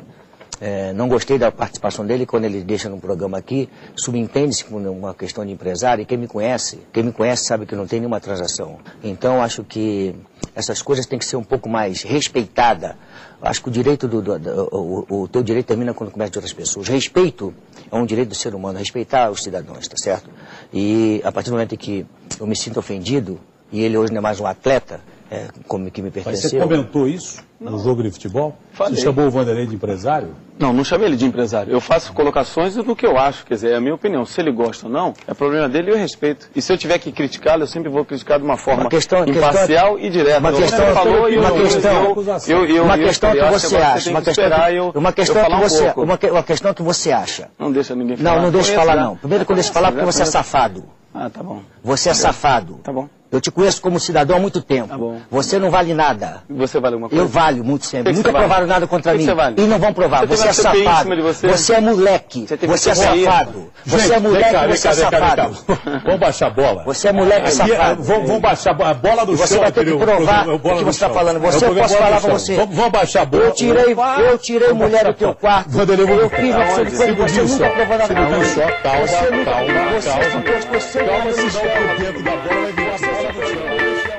Speaker 13: é, não gostei da participação dele quando ele deixa num programa aqui, subentende-se como uma questão de empresário, e quem me conhece, quem me conhece sabe que não tem nenhuma transação. Então acho que essas coisas têm que ser um pouco mais respeitada. Acho que o direito do, do- do- o, o teu direito termina quando começa de outras pessoas. Respeito é um direito do ser humano, respeitar os cidadãos, tá certo? E a partir do momento em que eu me sinto ofendido, e ele hoje não é mais um atleta, é, como que me
Speaker 15: Mas
Speaker 13: pertenceu.
Speaker 15: você comentou isso no jogo de futebol?
Speaker 14: Falei.
Speaker 15: Você chamou o Vanderlei de empresário?
Speaker 14: Não, não chamei ele de empresário. Eu faço colocações do que eu acho, quer dizer, é a minha opinião. Se ele gosta ou não, é problema dele e eu respeito. E se eu tiver que criticá-lo, eu sempre vou criticar de uma forma
Speaker 13: Uma questão,
Speaker 14: imparcial
Speaker 13: questão-
Speaker 14: e direta.
Speaker 13: Uma
Speaker 14: Você
Speaker 13: questão,
Speaker 14: falou e eu-
Speaker 13: uma
Speaker 14: eu-
Speaker 13: questão,
Speaker 14: eu, eu, eu,
Speaker 13: uma
Speaker 14: eu
Speaker 13: questão que
Speaker 14: acho,
Speaker 13: você
Speaker 14: agora
Speaker 13: acha,
Speaker 14: tem
Speaker 13: uma
Speaker 14: que
Speaker 13: questão,
Speaker 14: esperar
Speaker 13: que,
Speaker 14: eu-
Speaker 13: uma questão
Speaker 14: eu
Speaker 13: que
Speaker 14: falar um
Speaker 13: você,
Speaker 14: pouco.
Speaker 13: uma, que- uma questão que você acha.
Speaker 14: Não né? deixa ninguém falar.
Speaker 13: Não, não deixa eu
Speaker 14: Conheço
Speaker 13: falar
Speaker 14: já.
Speaker 13: não. Primeiro que eu deixo
Speaker 14: Conheço
Speaker 13: falar porque
Speaker 14: já,
Speaker 13: você é
Speaker 14: conheço.
Speaker 13: safado.
Speaker 14: Ah, tá bom.
Speaker 13: Você é safado. Tá
Speaker 14: bom. Tá
Speaker 13: Eu te conheço como cidadão há muito tempo. Você não vale nada.
Speaker 14: Você vale alguma coisa?
Speaker 13: Eu valho muito sempre.
Speaker 14: Que que
Speaker 13: Nunca
Speaker 14: você vale?
Speaker 13: provaram nada contra
Speaker 14: Que que
Speaker 13: mim.
Speaker 14: você vale?
Speaker 13: E não vão provar.
Speaker 14: Você
Speaker 13: Você é
Speaker 14: teve uma CPI em
Speaker 13: safado.
Speaker 14: cima de você?
Speaker 13: Você é moleque.
Speaker 14: teve
Speaker 13: Você é
Speaker 14: que correr.
Speaker 13: safado. Você
Speaker 15: Gente,
Speaker 13: é
Speaker 15: vem cá,
Speaker 13: moleque,
Speaker 15: vem
Speaker 13: você é
Speaker 15: cá, vem cá, vem cá.
Speaker 13: safado.
Speaker 15: Vamos baixar a bola.
Speaker 13: Você é moleque
Speaker 15: Aí,
Speaker 13: safado.
Speaker 15: é, Vamos, vamos baixar a bola. A bola do
Speaker 13: E você
Speaker 15: chão.
Speaker 13: vai ter
Speaker 15: aquele
Speaker 13: que provar
Speaker 15: programa,
Speaker 13: o
Speaker 15: bola
Speaker 13: que
Speaker 15: do
Speaker 13: você tá
Speaker 15: chão.
Speaker 13: falando.
Speaker 15: É o
Speaker 13: Você, eu
Speaker 15: programa
Speaker 13: posso
Speaker 15: Bola do
Speaker 13: falar pra
Speaker 15: Chão.
Speaker 13: você.
Speaker 15: Vamos, vamos baixar a bola.
Speaker 13: Eu tirei, eu tirei
Speaker 15: Vamos
Speaker 13: mulher
Speaker 15: baixar a
Speaker 13: do teu
Speaker 15: bola.
Speaker 13: quarto.
Speaker 15: Vanderlei, vamos
Speaker 13: Eu
Speaker 15: botar.
Speaker 13: fiz você
Speaker 15: Aonde?
Speaker 13: depois, você
Speaker 15: Segundo
Speaker 13: nunca
Speaker 15: só.
Speaker 13: provou nada
Speaker 15: Calma
Speaker 13: contra mim.
Speaker 15: só, calma,
Speaker 13: Você nunca-
Speaker 15: calma,
Speaker 13: você
Speaker 15: calma.
Speaker 13: só pode- você não
Speaker 15: Calma,
Speaker 13: é
Speaker 15: senão
Speaker 13: sistema.
Speaker 15: por dentro da bola vai virar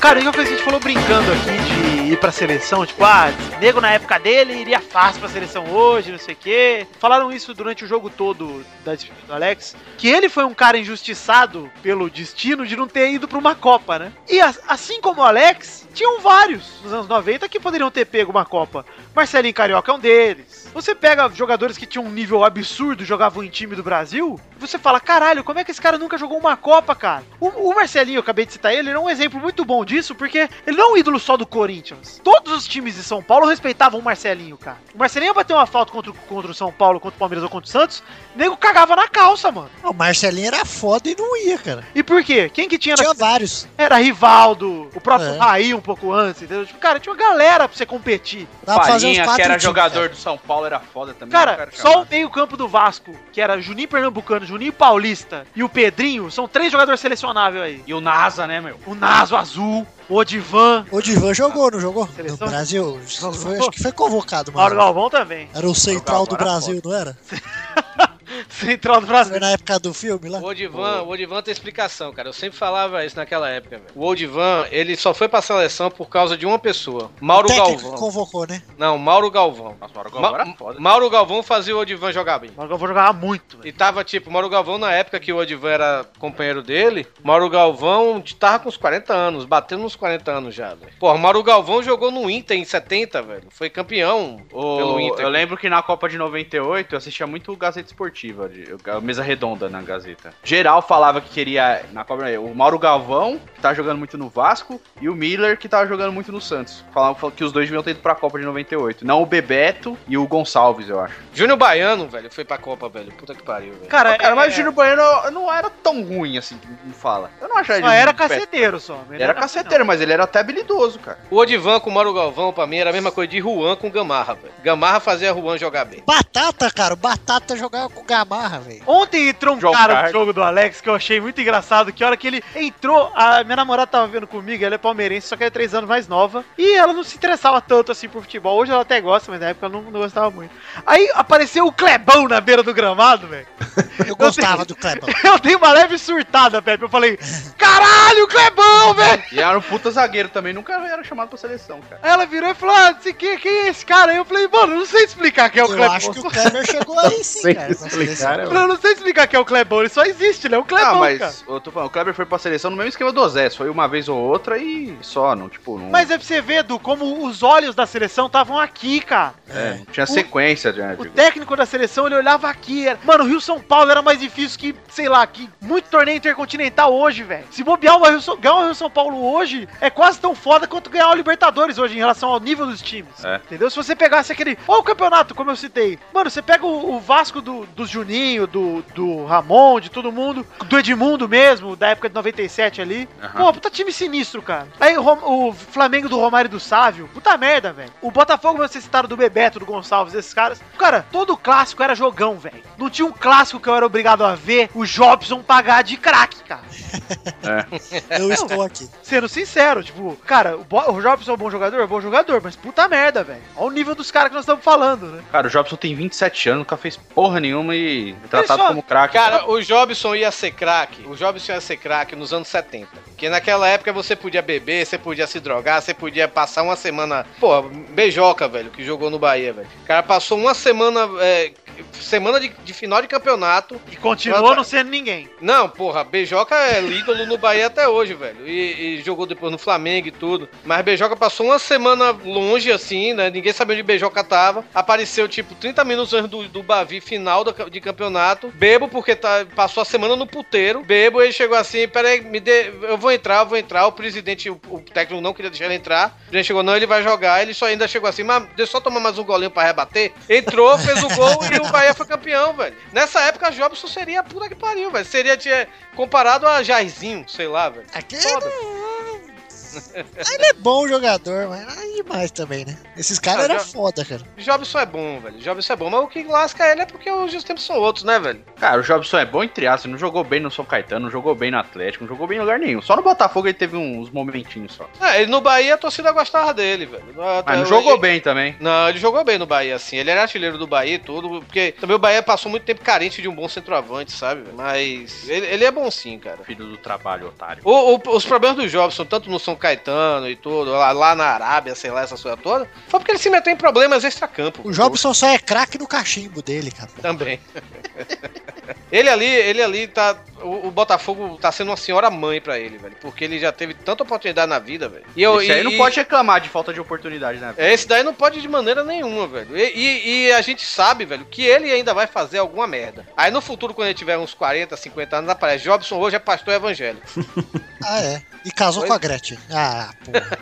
Speaker 4: Cara, e uma coisa que a gente falou brincando aqui de ir pra seleção, tipo, ah, nego na época dele iria fácil pra seleção hoje, não sei o quê. Falaram isso durante o jogo todo da despedida do Alex, que ele foi um cara injustiçado pelo destino de não ter ido pra uma Copa, né? E as- assim como o Alex, tinham vários nos anos 90 que poderiam ter pego uma Copa. Marcelinho Carioca é um deles. Você pega jogadores que tinham um nível absurdo, jogavam em time do Brasil, e você fala, caralho, como é que esse cara nunca jogou uma Copa, cara? O, o Marcelinho, eu acabei de citar ele, ele é um exemplo muito bom disso, porque ele não é um ídolo só do Corinthians. Todos os times de São Paulo respeitavam o Marcelinho, cara. O Marcelinho ia bater uma falta contra, o- contra o São Paulo, contra o Palmeiras ou contra o Santos, o nego cagava na calça, mano.
Speaker 2: O Marcelinho era foda e não ia, cara.
Speaker 4: E por quê? Quem que tinha?
Speaker 2: Tinha vários.
Speaker 4: Era Rivaldo, o próprio
Speaker 2: É.
Speaker 4: Raí um pouco antes, entendeu? Tipo, cara, tinha uma galera pra você competir.
Speaker 5: Farinha, que era jogador do São Paulo, era foda também. né,
Speaker 4: Cara,
Speaker 5: não quero
Speaker 4: só o meio-campo do Vasco, que era Juninho Pernambucano, Juninho Paulista e o Pedrinho, são três jogadores selecionáveis aí.
Speaker 5: E o Nasa, né, meu?
Speaker 4: O Naso Azul, o Odivan.
Speaker 2: O Divan jogou, não jogou? No
Speaker 4: Seleção?
Speaker 2: Brasil. Foi- acho que foi convocado,
Speaker 4: Mauro
Speaker 2: mano.
Speaker 4: Galvão também.
Speaker 2: Era o central do
Speaker 4: Agora
Speaker 2: Brasil, não era?
Speaker 4: Central do Brasil.
Speaker 2: Foi na época do filme lá?
Speaker 1: O Odivan, o Odivan tem explicação, cara. Eu sempre falava isso naquela época, velho. O Odivan, ele só foi pra seleção por causa de uma pessoa. Mauro
Speaker 2: o técnico
Speaker 1: Galvão.
Speaker 2: que convocou, né?
Speaker 1: Não, Mauro Galvão. Mauro
Speaker 2: Galvão era
Speaker 1: foda. Mauro Galvão fazia o Odivan jogar bem.
Speaker 4: Mauro Galvão jogava muito.
Speaker 1: E tava tipo, Mauro Galvão na época que o Odivan era companheiro dele, Mauro Galvão tava com uns 40 anos, batendo uns 40 anos já, velho. Pô, Mauro Galvão jogou no Inter em 70, velho. Foi campeão pelo Inter.
Speaker 5: eu lembro que na Copa de 98 eu assistia muito Gazeta Esportiva, de- eu- mesa redonda na Gazeta. Geral falava que queria na Copa o Mauro Galvão, que tava jogando muito no Vasco, e o Miller, que tava jogando muito no Santos. Falavam falavam que os dois deviam ter ido pra Copa de 98. Não o Bebeto e o Gonçalves, eu acho.
Speaker 1: Júnior Baiano, velho, foi pra Copa, velho. Puta que pariu, velho.
Speaker 5: Cara,
Speaker 4: é-
Speaker 5: mas o Júnior Baiano não era tão ruim assim, que me fala. Eu não achava
Speaker 4: Só Ah, era
Speaker 5: muito péssimo.
Speaker 4: caceteiro só. Ele
Speaker 5: Ele era caceteiro, mas ele era até habilidoso, cara.
Speaker 1: O Odivan com o Mauro Galvão, pra mim, era a mesma coisa de Juan com Gamarra, velho. Gamarra fazia Juan jogar bem.
Speaker 2: Batata, cara. o Batata jogava com o Gamarra barra, velho.
Speaker 4: Ontem troncaram
Speaker 2: Card.
Speaker 4: o jogo do Alex, que eu achei muito engraçado, que a hora que ele entrou, a minha namorada tava vendo comigo, ela é palmeirense, só que ela é três anos mais nova, e ela não se interessava tanto assim por futebol. Hoje ela até gosta, mas na época ela não, não gostava muito. Aí apareceu o Clebão na beira do gramado, velho.
Speaker 2: Eu gostava do Clebão.
Speaker 4: Eu dei uma leve surtada, Pepe. Eu falei, caralho, o Clebão, velho!
Speaker 5: E era um puta zagueiro também, nunca era chamado pra seleção, cara.
Speaker 4: Aí Ela virou e falou, ah, não sei quem, quem é esse cara? Aí eu falei, mano, não sei explicar quem é o Clebão.
Speaker 2: acho que o Kleber chegou aí sim,
Speaker 5: Sei
Speaker 2: cara.
Speaker 5: explicar,
Speaker 4: Não, eu não sei explicar quem é o Clebão, ele só existe, ele é o Clebão,
Speaker 5: Ah, mas
Speaker 4: cara.
Speaker 5: eu tô falando, o Kleber foi pra seleção no mesmo esquema do Zé, foi uma vez ou outra e só, não, tipo, não,
Speaker 4: Mas é pra você ver, Edu, como os olhos da seleção estavam aqui, cara.
Speaker 5: é, não tinha
Speaker 4: O-
Speaker 5: sequência, né,
Speaker 4: O
Speaker 5: digo.
Speaker 4: técnico da seleção, ele olhava aqui. Era... Mano, o Rio-São Paulo era mais difícil que, sei lá, que muito torneio intercontinental hoje, velho. Se bobear o Rio-São ganhar o Rio-São Paulo hoje, é quase tão foda quanto ganhar o Libertadores hoje em relação ao nível dos times.
Speaker 5: É.
Speaker 4: Entendeu? Se você pegasse aquele... Olha o campeonato, como eu citei. Mano, você pega o, o Vasco do, do Juninho, do, do Ramon, de todo mundo, do Edmundo mesmo, da época de 97 ali.
Speaker 5: Aham.
Speaker 4: Pô, puta time sinistro, cara. Aí o, Rom- o Flamengo do Romário e do Sávio, puta merda, velho. O Botafogo, vocês citaram do Bebeto, do Gonçalves, esses caras. Cara, todo clássico era jogão, velho. Não tinha um clássico que eu era obrigado a ver o Jobson pagar de craque, cara.
Speaker 2: Eu estou aqui.
Speaker 4: Sendo sincero, tipo, cara, o, Bo o Jobson é um bom jogador? É um bom jogador, mas puta merda, velho. Olha o nível dos caras que nós estamos falando, né?
Speaker 5: Cara, o Jobson tem 27 anos, nunca fez porra nenhuma e é tratado
Speaker 4: só-
Speaker 5: como craque. Então,
Speaker 1: Cara, o Jobson ia ser craque. O Jobson ia ser craque nos anos 70. Porque naquela época você podia beber, você podia se drogar, você podia passar uma semana. Pô, beijoca, velho, que jogou no Bahia, velho. O cara passou uma semana. é, semana de, de final de campeonato.
Speaker 4: E Continuou não sendo ninguém.
Speaker 1: Não, porra, Beijoca é ídolo no Bahia até hoje, velho. E, e jogou depois no Flamengo e tudo. Mas Beijoca passou uma semana longe, assim, né? Ninguém sabia onde Beijoca tava. Apareceu, tipo, 30 minutos antes do, do Bavi, final do ca- de campeonato. Bebo, porque tá, passou a semana no puteiro. Bebo, ele chegou assim, peraí, me dê... Eu vou entrar, eu vou entrar. O presidente, o, o técnico não queria deixar ele entrar. O presidente chegou, não, ele vai jogar. Ele só ainda chegou assim, mas deixa eu só tomar mais um golinho pra rebater. Entrou, fez o gol e o Bahia foi campeão, velho. Nessa época, Jobson seria puta que pariu, velho. Seria tia, comparado a Jairzinho, sei lá, velho.
Speaker 2: Foda. Ele é bom jogador, mas não é demais também, né? Esses caras
Speaker 1: Ah,
Speaker 2: eram
Speaker 1: já-
Speaker 2: foda, cara.
Speaker 1: Jobson é bom, velho. Jobson é bom, mas o que lasca ele é porque hoje os tempos são outros, né, velho?
Speaker 5: Cara, o Jobson é bom entre aspas, não jogou bem no São Caetano, não jogou bem no Atlético, não jogou bem em lugar nenhum. Só no Botafogo ele teve uns momentinhos só.
Speaker 1: É, ele no Bahia a torcida gostava dele, velho.
Speaker 5: Mas não jogou bem também.
Speaker 1: Não, ele jogou bem no Bahia, assim. Ele era artilheiro do Bahia e tudo, porque também o Bahia passou muito tempo carente de um bom centroavante, sabe? velho? Mas ele, ele é bom sim, cara.
Speaker 5: Filho do trabalho, otário.
Speaker 1: O- o- os problemas do Jobson, tanto no São Caetano e tudo, lá, lá na Arábia, sei lá, essa coisa toda, foi porque ele se meteu em problemas extra-campo.
Speaker 2: O Jobson só é craque no cachimbo dele, cara.
Speaker 1: Também. ele ali, ele ali tá. O, o Botafogo tá sendo uma senhora mãe pra ele, velho. Porque ele já teve tanta oportunidade na vida, velho. E eu-
Speaker 5: Esse aí
Speaker 1: Então, e-
Speaker 5: não pode reclamar de falta de oportunidade, né?
Speaker 1: É, Esse daí não pode de maneira nenhuma, velho. E, e- e a gente sabe, velho, que ele ainda vai fazer alguma merda. Aí no futuro, quando ele tiver uns 40, 50 anos, aparece. Jobson hoje é pastor evangélico.
Speaker 2: Ah, é. E casou
Speaker 1: Pois-
Speaker 2: com a Gretchen. Ah, porra.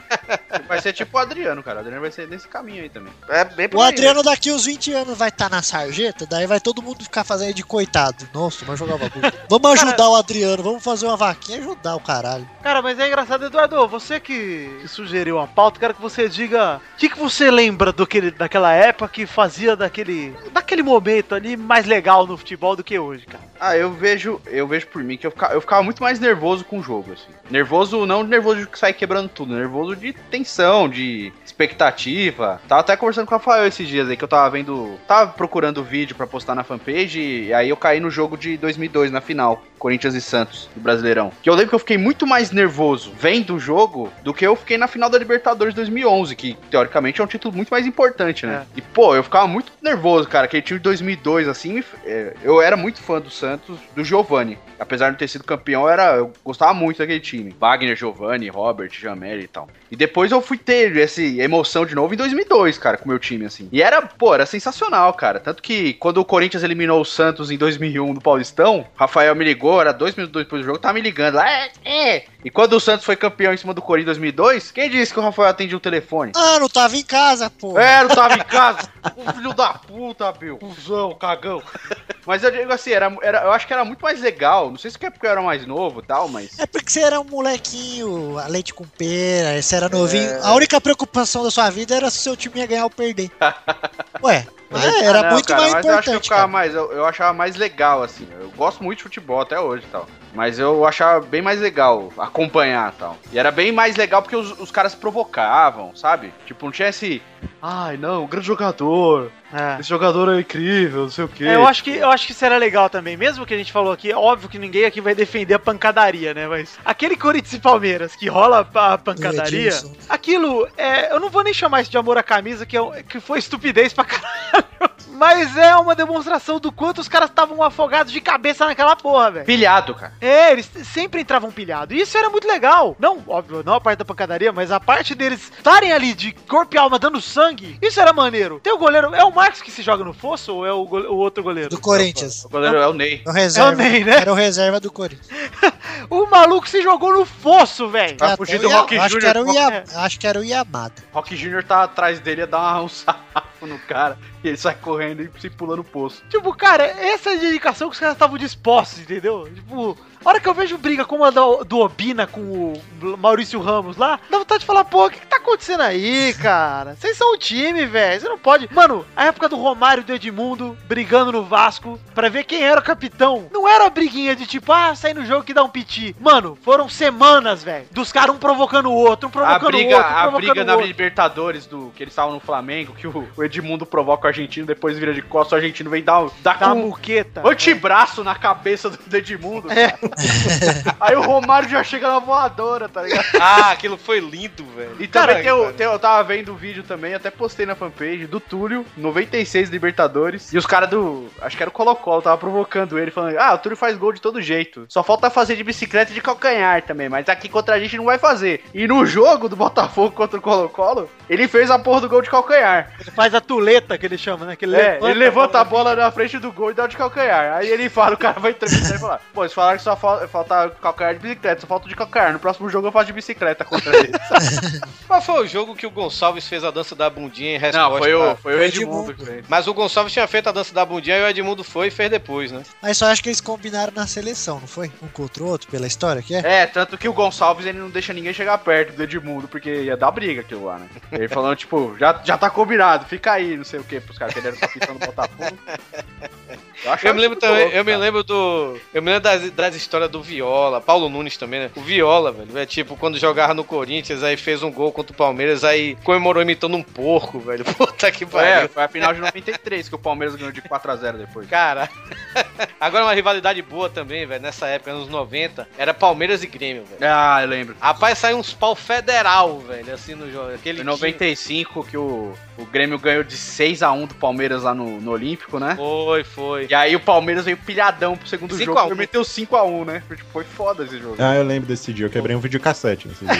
Speaker 5: Vai ser tipo o Adriano, cara. O Adriano vai ser nesse caminho aí também.
Speaker 1: É bem
Speaker 2: O Adriano daqui uns 20 anos vai estar na sarjeta, daí vai todo mundo ficar fazendo de coitado. Nossa, vai jogar bagulho. Vamos ajudar o Adriano, vamos fazer uma vaquinha e ajudar o caralho.
Speaker 4: Cara, mas é engraçado, Eduardo, você que, que sugeriu a pauta, quero que você diga o que, que você lembra do que, daquela época que fazia daquele, daquele momento ali mais legal no futebol do que hoje, cara.
Speaker 5: Ah, eu vejo, eu vejo por mim que eu ficava, eu ficava muito mais nervoso com o jogo, assim. Nervoso, não nervoso de sair quebrando tudo, nervoso de tensão, de expectativa. Tava até conversando com o Rafael esses dias aí, que eu tava vendo. Tava procurando vídeo pra postar na fanpage, e aí eu caí no jogo de 2002, na final. Corinthians e Santos, do Brasileirão. Que eu lembro que eu fiquei muito mais nervoso vendo o jogo do que eu fiquei na final da Libertadores 2011, que teoricamente é um título muito mais importante, né? E pô, eu ficava muito nervoso, cara. Aquele time de 2002, assim, me f- é, eu era muito fã do Santos, do Giovani. Apesar de não ter sido campeão, eu era, eu gostava muito daquele time. Wagner, Giovani, Robert, Jamel e tal. E depois eu fui ter essa emoção de novo em 2002, cara, com o meu time, assim. E era, pô, era sensacional, cara. Tanto que quando o Corinthians eliminou o Santos em 2001 do Paulistão, Rafael me ligou, era dois minutos depois do jogo, tava me ligando. É, é. E quando o Santos foi campeão em cima do Corinthians em 2002, quem disse que o Rafael atendia o telefone?
Speaker 2: Ah, não tava em casa, porra.
Speaker 5: É, não tava em casa. O filho da puta, Bill. Cusão, cagão. Mas eu digo assim, era, era- eu acho que era muito mais legal. Não sei se é porque eu era mais novo e tal, mas.
Speaker 2: É porque você era um molequinho, a leite com pera, você era novinho.
Speaker 5: É.
Speaker 2: A única preocupação da sua vida era se seu time ia ganhar ou perder. Ué, É, era
Speaker 5: Ah, não,
Speaker 2: muito
Speaker 5: cara,
Speaker 2: mais
Speaker 5: mas
Speaker 2: importante.
Speaker 5: Eu, acho que eu, ficava mais, eu, eu achava mais legal, assim. Eu gosto muito de futebol até hoje e tal. Mas eu achava bem mais legal acompanhar e tal. E era bem mais legal porque os, os caras provocavam, sabe? Tipo, não tinha esse. Ai, não, um grande jogador. Esse jogador é incrível, não sei o quê.
Speaker 4: É, eu, acho que, eu acho que isso era legal também. Mesmo que a gente falou aqui, óbvio que ninguém aqui vai defender a pancadaria, né? Mas aquele Corinthians e Palmeiras que rola a a pancadaria,
Speaker 2: Edilson.
Speaker 4: aquilo, é, eu não vou nem chamar isso de amor à camisa, que, é, um- que foi estupidez pra caralho. Mas é uma demonstração do quanto os caras estavam afogados de cabeça naquela porra, velho.
Speaker 5: Pilhado, cara.
Speaker 4: É, eles sempre entravam pilhado. E isso era muito legal. Não, óbvio, não a parte da pancadaria, mas a parte deles estarem ali de corpo e alma dando sangue, isso era maneiro. Tem o goleiro, é o Marcos que se joga no fosso ou é o, gole- o outro goleiro? Do
Speaker 2: Corinthians.
Speaker 5: O goleiro é o Ney.
Speaker 2: É o reserva.
Speaker 4: É o Ney, né?
Speaker 2: Era o reserva do Corinthians.
Speaker 4: O maluco se jogou no fosso, velho.
Speaker 5: Vai fugir do
Speaker 2: Ia-
Speaker 5: Rock
Speaker 2: acho, que
Speaker 5: Júnior.
Speaker 2: era o Ia- acho que era o Yamada.
Speaker 5: Rock Jr. tá atrás dele ia dar um sarrafo no cara. E ele sai correndo e se pula no poço.
Speaker 4: Tipo, cara, essa é a dedicação que os caras estavam dispostos, entendeu? Tipo, a hora que eu vejo briga como a do, do Obina com o Maurício Ramos lá, dá vontade de falar, pô, o que, que tá acontecendo aí, cara? Vocês são um time, velho. Você não pode. Mano, a época do Romário e do Edmundo brigando no Vasco pra ver quem era o capitão. Não era uma briguinha de tipo, ah, sai no jogo que dá um piti. Mano, foram semanas, velho. Dos caras um provocando o outro, um
Speaker 5: A
Speaker 4: provocando
Speaker 5: briga,
Speaker 4: o outro, um
Speaker 5: a
Speaker 4: provocando
Speaker 5: briga
Speaker 4: o
Speaker 5: na
Speaker 4: outro.
Speaker 5: Libertadores do que eles estavam no Flamengo, que o, o Edmundo provoca o argentino, depois vira de costas, o argentino vem dar, um- dar
Speaker 4: Dá uma
Speaker 5: com
Speaker 4: muqueta.
Speaker 5: um antebraço na cabeça do, do Edmundo.
Speaker 4: É.
Speaker 5: Aí o Romário já chega na voadora, tá ligado?
Speaker 1: Ah, aquilo foi lindo, velho.
Speaker 5: E também
Speaker 1: Caralho,
Speaker 5: tem, o,
Speaker 1: cara.
Speaker 5: tem- eu tava vendo o vídeo também, até postei na fanpage do Túlio, 96 Libertadores. E os caras do. Acho que era o Colo-Colo, tava provocando ele, falando: Ah, o Túlio faz gol de todo jeito. Só falta fazer de bicicleta e de calcanhar também, mas aqui contra a gente não vai fazer. E no jogo do Botafogo contra o Colo-Colo, ele fez a porra do gol de calcanhar.
Speaker 4: Ele faz a tuleta que ele chama, né? Que ele
Speaker 5: É,
Speaker 4: levanta
Speaker 5: ele levanta a bola na frente do gol e dá de calcanhar. Aí ele fala, o cara vai entrevistar e fala: Pô, eles falaram que só fal- falta calcanhar de bicicleta, só falta de calcanhar. No próximo jogo eu faço de bicicleta contra ele.
Speaker 1: Qual foi o jogo que o Gonçalves fez a dança da bundinha em resposta?
Speaker 5: Não, foi o- foi o
Speaker 1: Foi
Speaker 5: Edmundo que fez.
Speaker 1: Mas o Gonçalves tinha feito a dança da bundinha e o Edmundo foi e fez depois, né?
Speaker 2: Aí só acho que eles combinaram na seleção, não foi? Um contra o outro, pela história que é?
Speaker 5: É, tanto que o Gonçalves ele não deixa ninguém chegar perto do Edmundo, porque ia dar briga aquilo lá, né? Ele falando, tipo, já, já tá combinado, fica aí, não sei o que, pros caras querendo capitão do Botafogo. achava
Speaker 1: Eu me lembro
Speaker 5: isso
Speaker 1: também,
Speaker 5: louco,
Speaker 1: eu me
Speaker 5: cara.
Speaker 1: lembro do. Eu me lembro das, das histórias do Viola, Paulo Nunes também, né? O Viola, velho, é tipo, quando jogava no Corinthians, aí fez um gol contra o Palmeiras, aí comemorou imitando um porco, velho. Puta que
Speaker 5: É,
Speaker 1: pariu.
Speaker 5: foi a final de 93 que o Palmeiras ganhou de 4x0 depois.
Speaker 1: Cara, agora é uma rivalidade boa também, velho, nessa época, anos 90, era Palmeiras e Grêmio, velho.
Speaker 5: Ah, eu lembro.
Speaker 1: Rapaz, saiu uns pau federal, velho, assim no jogo. Aquele
Speaker 5: Em
Speaker 1: time-
Speaker 5: 95 que o, o Grêmio ganhou de 6x1 do Palmeiras lá no, no Olímpico, né?
Speaker 1: Foi, foi.
Speaker 5: E aí o Palmeiras veio pilhadão pro segundo
Speaker 1: 5
Speaker 5: jogo
Speaker 1: a
Speaker 5: e
Speaker 1: 1.
Speaker 5: meteu 5x1, né? Foi, tipo, foi foda esse
Speaker 4: É.
Speaker 5: jogo.
Speaker 6: Ah, eu lembro desse dia, eu quebrei um videocassete nesse dia.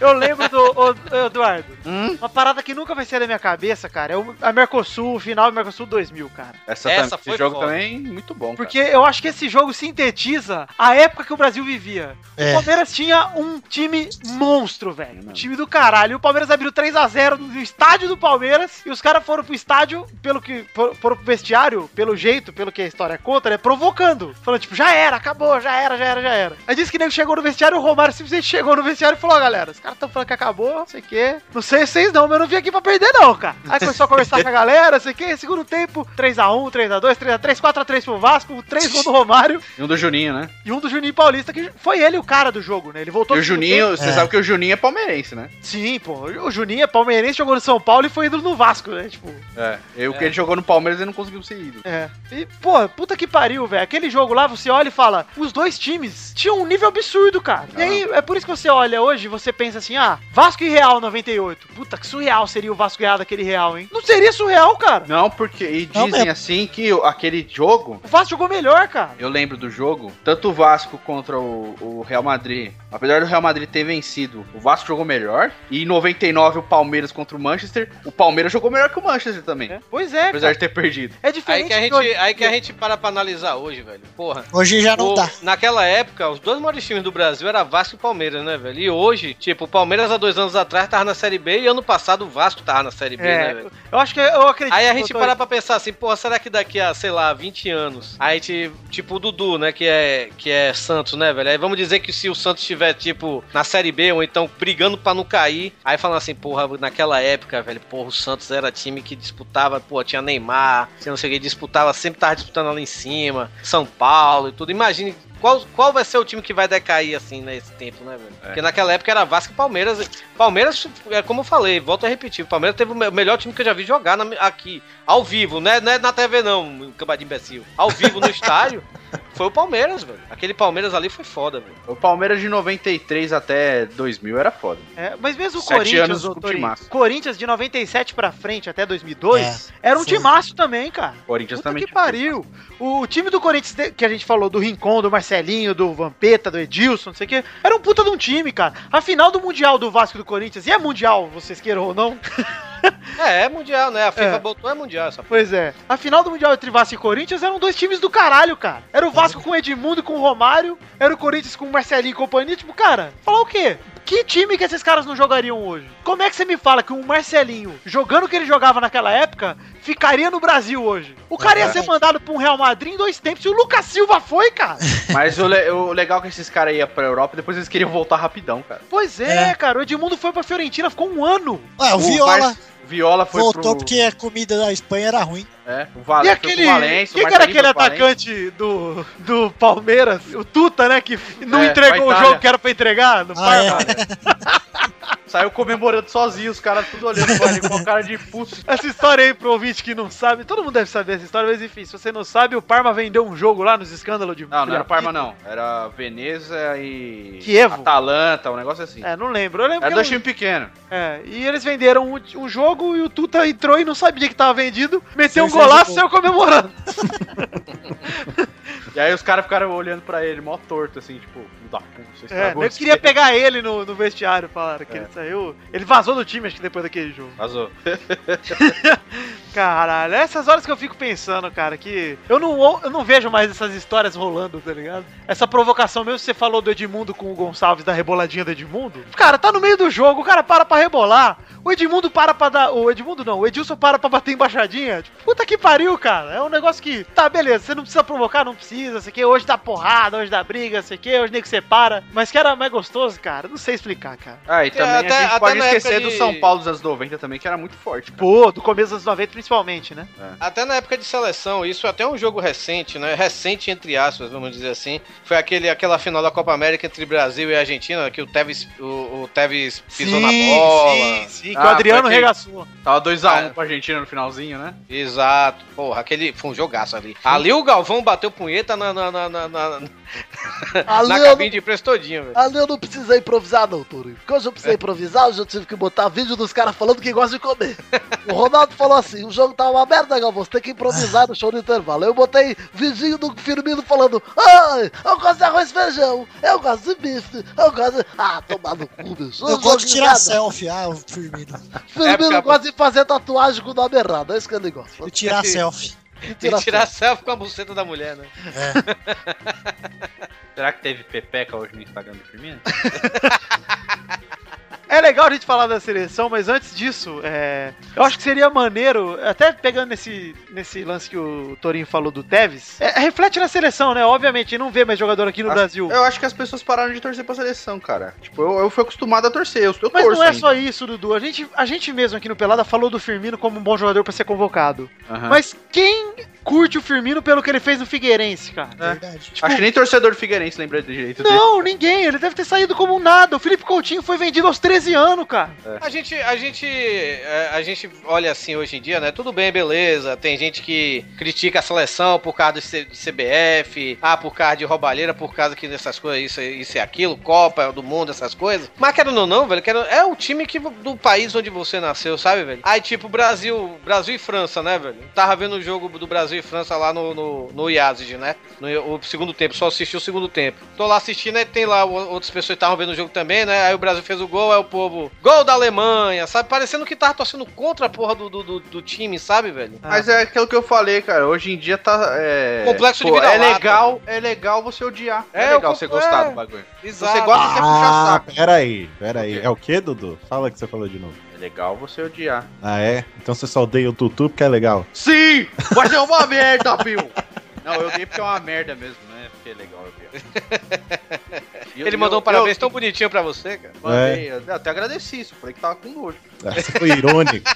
Speaker 4: Eu lembro do ô, Eduardo.
Speaker 2: Hum?
Speaker 4: Uma parada que nunca vai sair da minha cabeça, cara. É o- a Mercosul, o final do Mercosul 2000, cara.
Speaker 5: Essa,
Speaker 4: Essa
Speaker 5: tam-
Speaker 4: foi
Speaker 5: esse jogo
Speaker 4: foda.
Speaker 5: também é muito bom.
Speaker 4: Porque eu acho que esse jogo sintetiza a época que o Brasil vivia.
Speaker 5: É.
Speaker 4: O Palmeiras tinha um time monstro, velho. Um time do caralho. O Palmeiras abriu 3 a 0 no estádio do Palmeiras e os caras foram pro estádio, pelo que for- foram pro vestiário, pelo jeito, pelo que a história conta, né, provocando. Falando tipo, já era, acabou, já era, já era, já era. Aí disse que nem chegou no vestiário, o Romário simplesmente chegou no vestiário e falou: "Ó, galera, os caras estão falando que acabou, não sei o quê. Não sei vocês não, mas eu não vim aqui pra perder não, cara". Aí começou a conversar com a galera, não sei o quê. Segundo tempo, 3 a 1, 3 a 2, 3 a 3, 4 a 3 pro Vasco, 3 gols do Romário.
Speaker 5: E um do Juninho, né?
Speaker 4: E um do Juninho Paulista, que foi ele o cara do jogo, né? Ele voltou
Speaker 5: E o
Speaker 4: no segundo
Speaker 5: Juninho,
Speaker 4: tempo.
Speaker 5: você sabe que o Juninho é palmeirense, né?
Speaker 4: Sim, pô. O Juninho é palmeirense, jogou no São Paulo e foi ídolo no Vasco, né? Tipo.
Speaker 5: É. Eu, que Ele jogou no Palmeiras e não conseguiu ser ídolo.
Speaker 4: É. E, pô, puta que pariu, velho. Aquele jogo lá, você olha e fala, os dois times tinham um nível absurdo, cara. E aí, é por isso que você olha hoje, você pensa assim, ah, Vasco e Real 98. Puta, que surreal seria o Vasco e Real daquele Real, hein? Não seria surreal, cara.
Speaker 5: Não, porque. E dizem
Speaker 4: é-
Speaker 5: assim que o- aquele jogo.
Speaker 4: O Vasco jogou melhor, cara.
Speaker 5: Eu lembro do jogo, tanto o Vasco contra o, o Real Madrid. Apesar do Real Madrid ter vencido, o Vasco jogou melhor. E em 99, o Palmeiras contra o Manchester. O Palmeiras jogou melhor que o Manchester também.
Speaker 4: Pois é,
Speaker 5: Apesar
Speaker 4: cara.
Speaker 5: de ter perdido.
Speaker 4: É
Speaker 1: Aí
Speaker 4: diferente
Speaker 1: que, a
Speaker 4: de hoje.
Speaker 1: gente, aí que a gente para pra analisar hoje, velho. Porra.
Speaker 2: Hoje já não
Speaker 1: O-
Speaker 2: dá.
Speaker 1: Naquela época, os dois maiores times do Brasil eram Vasco e Palmeiras, né, velho? E hoje, tipo, Palmeiras há dois anos atrás tava na Série B e ano passado o Vasco tava na Série B,
Speaker 4: É,
Speaker 1: né, velho?
Speaker 4: Eu acho que eu acredito.
Speaker 1: Aí a gente
Speaker 4: doutor.
Speaker 1: para pra pensar assim, pô, será que daqui a, sei lá, 20 anos, a gente, tipo o Dudu, né, que é, que é Santos, né, velho? Aí vamos dizer que se o Santos estiver, tipo, na Série B ou então brigando pra não cair, aí falando assim, porra, naquela época, velho, porra, o Santos era time que disputava, pô, tinha Neymar, tinha não sei o que, disputava, sempre tava disputando lá em cima, São Paulo e tudo. Imagine qual, qual vai ser o time que vai decair assim nesse tempo, né, velho? Porque naquela época era Vasco e Palmeiras. Palmeiras, é como eu falei, volto a repetir, o Palmeiras teve o me- o melhor time que eu já vi jogar na- aqui, ao vivo, né? Não é na TV não, cambadinho imbecil. Ao vivo no estádio, foi o Palmeiras, velho. Aquele Palmeiras ali foi foda, velho.
Speaker 5: O Palmeiras de 93 até 2000 era foda.
Speaker 4: É, mas mesmo o
Speaker 5: Sete
Speaker 4: Corinthians,
Speaker 5: anos, um
Speaker 4: doutor,
Speaker 5: timaço.
Speaker 4: Corinthians de 97 pra frente até 2002, era um
Speaker 5: foi.
Speaker 4: timaço também, cara.
Speaker 5: O Corinthians
Speaker 4: Puta
Speaker 5: também.
Speaker 4: que pariu. O time do Corinthians de- que a gente falou, do Rincon, do Marcelinho, do Vampeta, do Edilson, não sei o quê, era um puta de um time, cara. A final do Mundial do Vasco e do Corinthians, e é Mundial, vocês queiram ou não,
Speaker 1: É, é mundial, né? A FIFA
Speaker 4: É.
Speaker 1: botou é mundial essa porra.
Speaker 4: Pois é. A final do Mundial entre Vasco e Corinthians eram dois times do caralho, cara. Era o Vasco com o Edmundo e com o Romário, era o Corinthians com o Marcelinho e companhia. Tipo, cara, falar o quê? Que time que esses caras não jogariam hoje? Como é que você me fala que o Marcelinho, jogando o que ele jogava naquela época, ficaria no Brasil hoje? O cara ia ser mandado pra um Real Madrid em dois tempos e o Lucas Silva foi, cara.
Speaker 5: Mas o, le- o legal é que esses caras iam pra Europa e depois eles queriam voltar rapidão, cara.
Speaker 4: Pois é, cara. O Edmundo foi pra Fiorentina, ficou um ano.
Speaker 2: Ué, o Viola
Speaker 5: Var- Viola foi
Speaker 2: voltou
Speaker 5: pro...
Speaker 2: porque a comida da Espanha era ruim.
Speaker 5: É, o Vale,
Speaker 4: E
Speaker 5: foi pro
Speaker 4: aquele.
Speaker 5: Valência, o
Speaker 4: Quem que era
Speaker 5: Marcelinho
Speaker 4: aquele
Speaker 5: foi pro Valência.
Speaker 4: atacante do, do Palmeiras? O Tuta, né? Que não
Speaker 5: É, pra
Speaker 4: entregou o
Speaker 5: Itália.
Speaker 4: jogo que era pra entregar
Speaker 5: Ah,
Speaker 4: no
Speaker 2: Ah,
Speaker 5: é.
Speaker 4: Parma.
Speaker 2: é.
Speaker 5: Saiu comemorando sozinho, os caras tudo olhando pra ele com a cara de puto.
Speaker 4: Essa história aí pro ouvinte que não sabe, todo mundo deve saber essa história, mas enfim, se você não sabe, o Parma vendeu um jogo lá nos escândalos de.
Speaker 5: Não, não era Parma, não. Era Veneza e.
Speaker 4: Kievo.
Speaker 5: Atalanta, um negócio assim.
Speaker 4: É, não lembro. Eu lembro
Speaker 5: Era
Speaker 4: que
Speaker 5: dois
Speaker 4: era um-
Speaker 5: times pequenos.
Speaker 4: É, e eles venderam o, o jogo e o Tuta entrou e não sabia que tava vendido, meteu um
Speaker 5: Fez seis
Speaker 4: golaço e
Speaker 5: gols.
Speaker 4: saiu comemorando.
Speaker 5: E aí os caras ficaram olhando pra ele, mó torto, assim, tipo, não dá puta, vocês
Speaker 4: É, nem queria pegar ele no, no vestiário, falaram que
Speaker 5: É.
Speaker 4: ele saiu. Ele vazou do time, acho que depois daquele jogo.
Speaker 5: Vazou.
Speaker 4: Caralho, é essas horas que eu fico pensando, cara, que eu não, ou- eu não vejo mais essas histórias rolando, tá ligado? Essa provocação mesmo que você falou do Edmundo com o Gonçalves da reboladinha do Edmundo. Cara, tá no meio do jogo, o cara para pra rebolar. O Edmundo para pra dar. O Edmundo não, o Edilson para pra bater embaixadinha. Tipo, puta que pariu, cara. É um negócio que. Tá, beleza, você não precisa provocar, não precisa, sei que. Hoje dá porrada, hoje dá briga, sei que. Hoje nem que você para. Mas que era mais gostoso, cara. Não sei explicar, cara.
Speaker 5: Ah, e também
Speaker 4: é, até-
Speaker 5: a
Speaker 4: até
Speaker 5: gente pode
Speaker 4: na época
Speaker 5: esquecer do
Speaker 4: de-
Speaker 5: São Paulo dos anos 90 também, que era muito forte.
Speaker 4: Pô, do começo dos 90 principalmente, né?
Speaker 1: Até na época de seleção, isso até um jogo recente, né? Recente entre aspas, vamos dizer assim. Foi aquele, aquela final da Copa América entre Brasil e Argentina, que o Tevez, o, o Tevez pisou na bola. Ah,
Speaker 4: sim, sim, que o Adriano regaçou.
Speaker 5: Tava 2x1
Speaker 1: É.
Speaker 5: pra Argentina no finalzinho, né?
Speaker 1: Exato. Porra, aquele foi um jogaço ali. Ali o Galvão bateu punheta na, na, na, na, na,
Speaker 3: Ali
Speaker 1: na
Speaker 3: eu
Speaker 1: cabine de preço todinho, velho.
Speaker 3: Ali eu não precisei improvisar, não, Turi. Porque hoje eu precisei improvisar, hoje eu tive que botar vídeo dos caras falando que gosta de comer. O Ronaldo falou assim: o jogo tá uma merda, Galvão, você tem que improvisar no show do intervalo. Eu botei vizinho do Firmino falando: ai, eu gosto de arroz e feijão, eu gosto de bife, eu gosto de. Ah, tomar no cu, bicho.
Speaker 2: Eu
Speaker 3: não
Speaker 2: gosto de tirar
Speaker 3: nada.
Speaker 2: selfie, ah, o Firmino.
Speaker 3: Firmino gosta de fazer tatuagem com o nome errado, é isso que ele gosta.
Speaker 2: De tirar selfie.
Speaker 3: De
Speaker 1: Tem
Speaker 3: tirar
Speaker 1: que tirar selfie com a buceta da mulher, né?
Speaker 5: Será que teve Pepeca hoje no Instagram do Firmino?
Speaker 4: É legal a gente falar da seleção, mas antes disso, é, eu acho que seria maneiro, até pegando nesse, nesse lance que o Torinho falou do Tevez, é, reflete na seleção, né? Obviamente, não vê mais jogador aqui no
Speaker 5: As-
Speaker 4: Brasil.
Speaker 5: Eu acho que as pessoas pararam de torcer pra seleção, cara. Tipo, eu, eu fui acostumado a torcer, eu, eu
Speaker 4: Mas
Speaker 5: torço
Speaker 4: não é
Speaker 5: ainda.
Speaker 4: só isso, Dudu. A gente, a gente mesmo aqui no Pelada falou do Firmino como um bom jogador pra ser convocado.
Speaker 5: Aham.
Speaker 4: Mas quem curte o Firmino pelo que ele fez no Figueirense, cara?
Speaker 5: É. Acho que nem torcedor do Figueirense lembra de jeito
Speaker 4: tipo-
Speaker 5: dele.
Speaker 4: Não, ninguém. Ele deve ter saído como um nada. O Felipe Coutinho foi vendido aos 13 anos, cara.
Speaker 1: A gente, a gente, é, a gente olha assim hoje em dia, né? Tudo bem, beleza. Tem gente que critica a seleção por causa do C- de CBF, ah, por causa de roubalheira, por causa que dessas coisas, isso, isso e aquilo, Copa do Mundo, essas coisas. Mas quero não, não, velho. Quero, é o time que vo- do país onde você nasceu, sabe, velho? Aí tipo Brasil, Brasil e França, né, velho? Tava vendo o jogo do Brasil Brasil e França lá no, no, no IASID, né? No, o segundo tempo, só assisti o segundo tempo. Tô lá assistindo, aí tem lá o- outras pessoas que estavam vendo o jogo também, né? Aí o Brasil fez o gol, aí o povo. Gol da Alemanha, sabe? Parecendo que tava torcendo contra a porra do, do, do- do time, sabe, velho?
Speaker 5: Mas é aquilo que eu falei, cara. Hoje em dia tá. É...
Speaker 1: Complexo de
Speaker 5: Pô,
Speaker 1: vira-lata.
Speaker 5: É legal, é legal você odiar. É,
Speaker 1: É,
Speaker 5: legal
Speaker 1: eu
Speaker 5: você
Speaker 1: compro-
Speaker 5: gostar
Speaker 1: é.
Speaker 5: do bagulho.
Speaker 1: Exato.
Speaker 5: Você gosta de ser puxar
Speaker 6: Ah,
Speaker 5: saco.
Speaker 6: peraí, peraí. É o que, Dudu? Fala que você falou de novo.
Speaker 5: É legal você odiar.
Speaker 6: Ah, é? Então você só odeia o Tutu porque é legal.
Speaker 5: Sim! Mas é uma merda, Bill! Não, eu dei porque é uma merda mesmo, né? Porque é legal, eu vi. E eu-
Speaker 1: Ele
Speaker 5: e
Speaker 1: mandou
Speaker 5: eu-
Speaker 1: um parabéns
Speaker 5: eu-
Speaker 1: tão bonitinho pra você, cara.
Speaker 5: Mandei, eu eu até agradeci isso, falei que tava com nojo.
Speaker 6: Ah, Você foi irônico.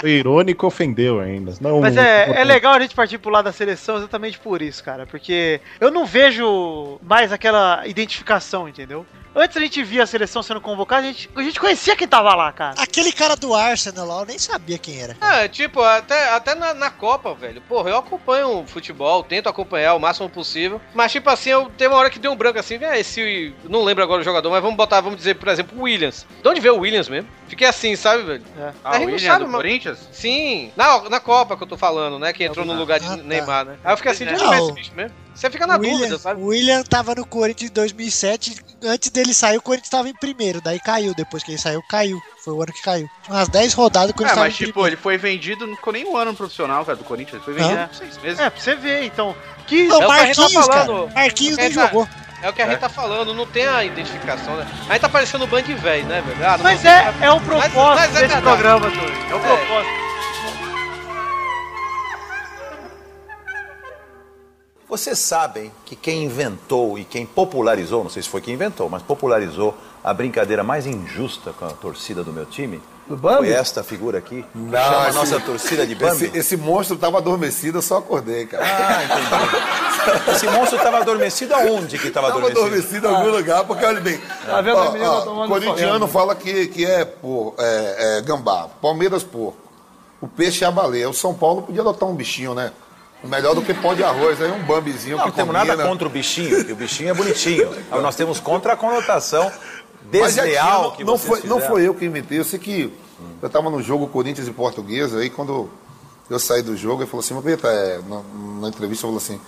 Speaker 6: foi irônico ofendeu ainda. Não,
Speaker 4: Mas é, é legal a gente partir pro lado da seleção exatamente por isso, cara. Porque eu não vejo mais aquela identificação, entendeu? Antes a gente via a seleção sendo convocada, a gente, a gente conhecia quem tava lá, cara.
Speaker 2: Aquele cara do Arsenal lá, eu nem sabia quem era.
Speaker 1: Ah, tipo, até, até na, na Copa, velho. Porra, eu acompanho o futebol, tento acompanhar o máximo possível. Mas, tipo assim, eu teve uma hora que deu um branco assim, velho, esse. Não lembro agora o jogador, mas vamos botar, vamos dizer, por exemplo, o Williams. De onde veio o Williams mesmo? Fiquei assim, sabe, velho?
Speaker 5: Ah,
Speaker 1: A gente
Speaker 5: o
Speaker 1: não
Speaker 5: William
Speaker 1: sabe,
Speaker 5: do
Speaker 1: mas-
Speaker 5: Corinthians?
Speaker 1: Sim, na, na Copa que eu tô falando, né? Que
Speaker 4: Ah,
Speaker 1: entrou no lugar
Speaker 4: tá.
Speaker 1: de Neymar, né? Aí eu fiquei assim, de onde veio esse
Speaker 2: Não.
Speaker 1: bicho mesmo? Você fica Tá na
Speaker 2: William,
Speaker 1: dúvida, sabe?
Speaker 2: O William tava no Corinthians em 2007. Antes dele sair, o Corinthians tava em primeiro. Daí caiu. Depois que ele saiu, caiu. Foi o ano que caiu. Tinha umas 10 rodadas
Speaker 5: É,
Speaker 2: o Corinthians
Speaker 5: mas
Speaker 2: tava
Speaker 4: um
Speaker 2: em
Speaker 5: tipo, ele foi vendido, não ficou nem um ano no profissional, cara, do Corinthians. Ele foi vendido
Speaker 2: Não.
Speaker 5: por seis meses.
Speaker 4: É, pra você ver, então. Que
Speaker 2: Não,
Speaker 4: é o que a gente tá
Speaker 2: Marquinhos, cara.
Speaker 4: falando.
Speaker 2: Marquinhos nem
Speaker 1: É, tá.
Speaker 2: jogou.
Speaker 1: É o que a gente tá falando, não tem a identificação, né? Aí tá parecendo o Band velho, né, velho? Ah, não
Speaker 4: Mas
Speaker 1: vou-
Speaker 4: é, é o propósito
Speaker 1: mas é
Speaker 4: desse
Speaker 1: verdade.
Speaker 4: programa, Tony. É o
Speaker 1: É.
Speaker 4: propósito.
Speaker 16: Vocês sabem que quem inventou e quem popularizou, não sei se foi quem inventou, mas popularizou a brincadeira mais injusta com a torcida do meu time?
Speaker 17: Do Bambi?
Speaker 16: Foi esta figura aqui? que
Speaker 17: Não,
Speaker 16: chama a
Speaker 17: esse-
Speaker 16: nossa torcida de Bambi?
Speaker 17: Esse, esse monstro tava adormecido, eu só acordei, cara. Ah,
Speaker 16: Esse, monstro estava adormecido aonde que estava
Speaker 17: tava
Speaker 16: adormecido? Ah.
Speaker 17: adormecido em algum lugar, porque olha bem.
Speaker 16: Tá vendo? A menina tomando
Speaker 17: O corintiano
Speaker 16: Flamengo.
Speaker 17: fala que, que é, por, é, é gambá, Palmeiras porco, o peixe é a baleia. O São Paulo podia adotar um bichinho, né? Melhor do que pó de arroz, aí um bambizinho
Speaker 16: Não,
Speaker 17: que
Speaker 16: não temos
Speaker 17: combina.
Speaker 16: nada contra o bichinho, que o bichinho é bonitinho. Agora Nós temos contra a conotação
Speaker 17: Mas é aquilo
Speaker 16: desleal
Speaker 17: não-
Speaker 16: que
Speaker 17: não
Speaker 16: vocês
Speaker 17: foi, não
Speaker 16: fizeram.
Speaker 17: foi eu que inventei, eu sei que eu tava no jogo Corinthians e Portuguesa, aí quando eu saí do jogo, ele falou assim, mas Peta, é, na, na entrevista ele falou assim,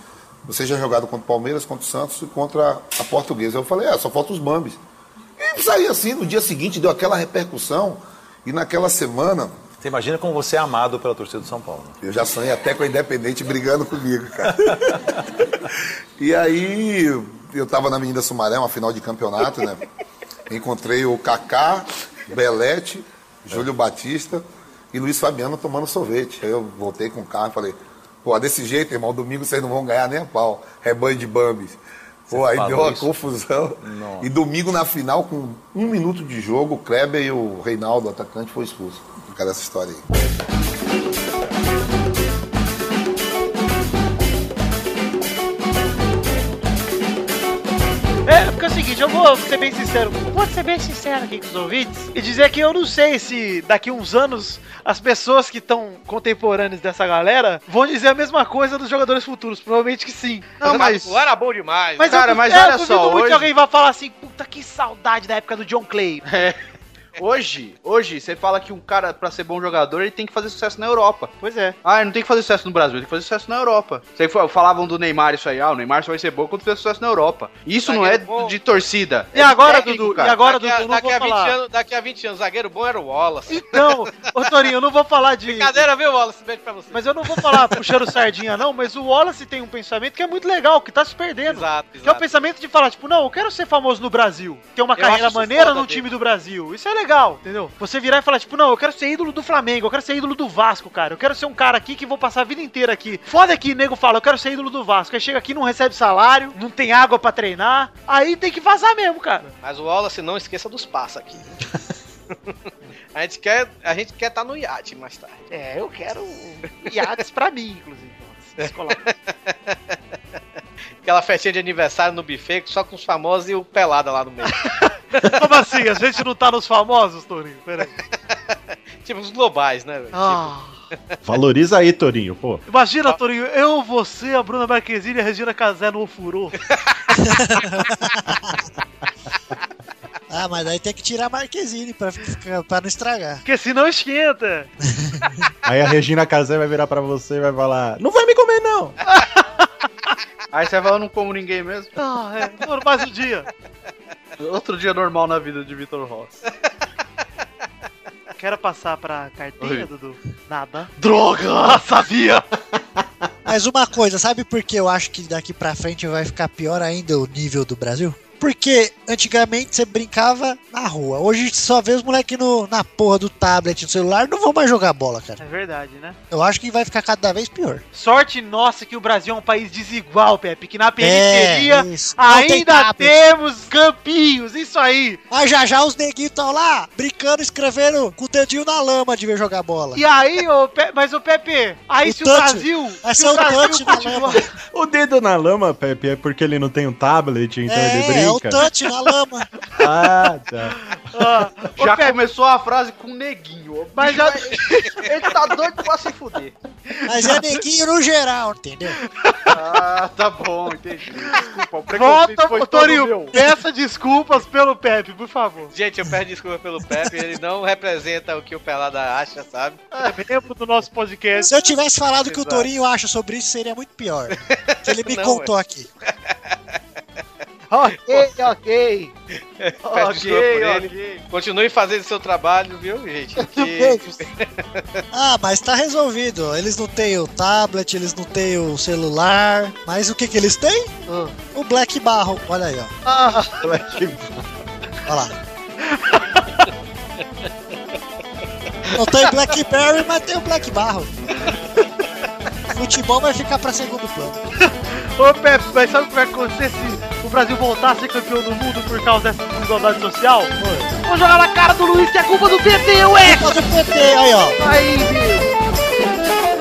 Speaker 17: você já é jogado contra o Palmeiras, contra o Santos e contra a Portuguesa. Eu falei, é, só falta os Bambis. E saí assim, no dia seguinte deu aquela repercussão, e naquela semana...
Speaker 16: Você imagina como você é amado pela torcida do São Paulo. né?
Speaker 17: Eu já sonhei até com a Independente brigando comigo, cara. e aí, eu tava na Avenida Sumaré, uma final de campeonato, né? Encontrei o Kaká, Belete, Júlio Batista e Luiz Fabiano tomando sorvete. Aí eu voltei com o carro e falei, pô, desse jeito, irmão, domingo vocês não vão ganhar nem a pau. Rebanho de Bambis. Pô,
Speaker 16: Você
Speaker 17: aí
Speaker 16: falou
Speaker 17: deu uma
Speaker 16: isso?
Speaker 17: confusão. E domingo na final, com um minuto de jogo, o Kleber e o Reinaldo, atacante, foi expulso. Cara, essa história aí.
Speaker 4: É, porque é o seguinte, eu vou ser bem sincero. Vou ser bem sincero aqui com os ouvintes e dizer que eu não sei se daqui uns anos as pessoas que estão contemporâneas dessa galera vão dizer a mesma coisa dos jogadores futuros. Provavelmente que sim.
Speaker 1: Não, mas. O era bom demais.
Speaker 4: Mas
Speaker 5: Cara,
Speaker 4: eu,
Speaker 5: mas
Speaker 4: é, eu
Speaker 5: olha
Speaker 4: duvido
Speaker 5: só,
Speaker 4: muito que
Speaker 5: hoje-
Speaker 4: alguém vai falar assim, puta que saudade da época do John Clay.
Speaker 5: Hoje, hoje, você fala que um cara, pra ser bom jogador, ele tem que fazer sucesso na Europa.
Speaker 4: Pois é.
Speaker 5: Ah, ele não tem que fazer sucesso no Brasil, ele tem que fazer sucesso na Europa. Você fa- falavam do Neymar isso aí, ah, o Neymar só vai ser bom quando fizer sucesso na Europa. Isso não é de torcida.
Speaker 4: E agora, Dudu?
Speaker 5: cara.
Speaker 4: E agora,
Speaker 1: Daqui a,
Speaker 4: Dudu? Não
Speaker 1: daqui
Speaker 4: vou
Speaker 1: a 20
Speaker 4: falar.
Speaker 1: anos, daqui a 20 anos, zagueiro bom era o Wallace.
Speaker 4: Então, ô Torinho, eu não vou falar de...
Speaker 1: Brincadeira, viu, Wallace? Beijo pra você.
Speaker 4: Mas eu não vou falar puxando sardinha, não, mas o Wallace tem um pensamento que é muito legal, que tá se perdendo. Que é o pensamento de falar, tipo, não, eu quero ser famoso no Brasil. Ter uma
Speaker 1: Eu
Speaker 4: carreira
Speaker 1: acho isso
Speaker 4: maneira
Speaker 1: foda
Speaker 4: no
Speaker 1: dele.
Speaker 4: time do Brasil. Isso é legal, entendeu? Você virar e falar, tipo, não, eu quero ser ídolo do Flamengo, eu quero ser ídolo do Vasco, cara. Eu quero ser um cara aqui que vou passar a vida inteira aqui. Foda que nego fala, eu quero ser ídolo do Vasco. Aí chega aqui, não recebe salário, não tem água pra treinar. Aí tem que vazar mesmo, cara.
Speaker 1: Mas o Wallace não esqueça dos passos aqui. a gente quer a gente quer estar no iate mais tarde.
Speaker 4: É, eu quero um iates pra mim, inclusive.
Speaker 1: Aquela festinha de aniversário no buffet só com os famosos e o pelada lá no meio.
Speaker 4: Como assim? A gente não tá nos famosos, Torinho? Peraí.
Speaker 1: tipo os globais, né? velho?
Speaker 4: Ah.
Speaker 6: Valoriza aí, Torinho, pô.
Speaker 4: Imagina, Torinho, eu, você, a Bruna Marquezine e a Regina Casé no Ofurô.
Speaker 2: Ah, Ah, mas aí tem que tirar a Marquezine pra, ficar- pra não estragar.
Speaker 4: Porque senão esquenta.
Speaker 6: Aí a Regina Casé vai virar pra você e vai falar: Ah, Não vai me comer, não!
Speaker 5: Aí você fala, eu não como ninguém mesmo.
Speaker 4: Ah, é. Por mais um dia.
Speaker 5: Outro dia normal na vida de Vitor Ross.
Speaker 4: Quero passar pra carteira,
Speaker 5: Oi.
Speaker 4: Dudu? Nada.
Speaker 5: Droga! Sabia!
Speaker 2: Mas uma coisa, sabe por que eu acho que daqui pra frente vai ficar pior ainda o nível do Brasil? Porque antigamente você brincava na rua. Hoje só vê os moleques na porra do tablet, do celular, não vão mais jogar bola, cara.
Speaker 4: É verdade, né?
Speaker 2: Eu acho que vai ficar cada vez pior.
Speaker 4: Sorte nossa que o Brasil é um país desigual, Pepe, que na periferia
Speaker 2: É, isso. Não tem
Speaker 4: ainda
Speaker 2: tablet.
Speaker 4: temos campinhos, isso aí.
Speaker 2: Mas já já os neguinhos estão lá, brincando, escrevendo com o dedinho na lama de ver jogar bola.
Speaker 4: E
Speaker 6: Então
Speaker 4: aí, ô Pe- mas o Pepe, aí
Speaker 2: O
Speaker 4: se
Speaker 2: touch.
Speaker 4: o Brasil,
Speaker 2: É
Speaker 4: se
Speaker 2: só
Speaker 4: o
Speaker 2: o touch
Speaker 4: Brasil
Speaker 2: na
Speaker 4: continuar,
Speaker 6: O dedo na lama, Pepe, é porque ele não tem um tablet, então ele
Speaker 2: É,
Speaker 6: brinca.
Speaker 2: é o touch na lama.
Speaker 6: Ah, tá.
Speaker 4: Ah, ô,
Speaker 5: Já
Speaker 4: Pepe,
Speaker 5: começou a frase com neguinho.
Speaker 4: mas já,
Speaker 5: Ele tá doido pra se fuder.
Speaker 2: Mas é neguinho no geral, entendeu?
Speaker 5: Ah, tá bom, entendi. Desculpa, o preconceito
Speaker 4: volta,
Speaker 5: foi
Speaker 4: ô,
Speaker 5: todo meu.
Speaker 4: Torinho, peça desculpas pelo Pepe, por favor.
Speaker 1: Gente, eu peço desculpa pelo Pepe, ele não representa o que o Pelada acha, sabe?
Speaker 2: É.
Speaker 4: Tempo do nosso podcast.
Speaker 2: Se eu tivesse falado o que o
Speaker 1: Exato.
Speaker 2: Torinho acha sobre isso, seria muito pior. Que ele me
Speaker 1: Não, é.
Speaker 2: contou aqui.
Speaker 4: Ok, ok.
Speaker 1: Peço desculpa por
Speaker 4: ok.
Speaker 1: ele. Continue fazendo seu trabalho, viu, gente? Que...
Speaker 2: Beijos. Ah, mas tá resolvido. Eles não têm o tablet, eles não têm o celular. Mas o que que eles têm?
Speaker 1: Ah.
Speaker 2: O Black Barro. Olha aí, ó.
Speaker 4: Ah,
Speaker 2: Olha lá. Não tem Blackberry, mas tem o Black Barro. Futebol vai ficar pra segundo plano.
Speaker 4: Ô Pepe, mas sabe o que vai acontecer se o Brasil voltar a ser campeão do mundo por causa dessa desigualdade social? Vou jogar na cara do Luiz que é culpa do PT, ué!
Speaker 2: Pode PT, aí, ó.
Speaker 4: Aí, meu.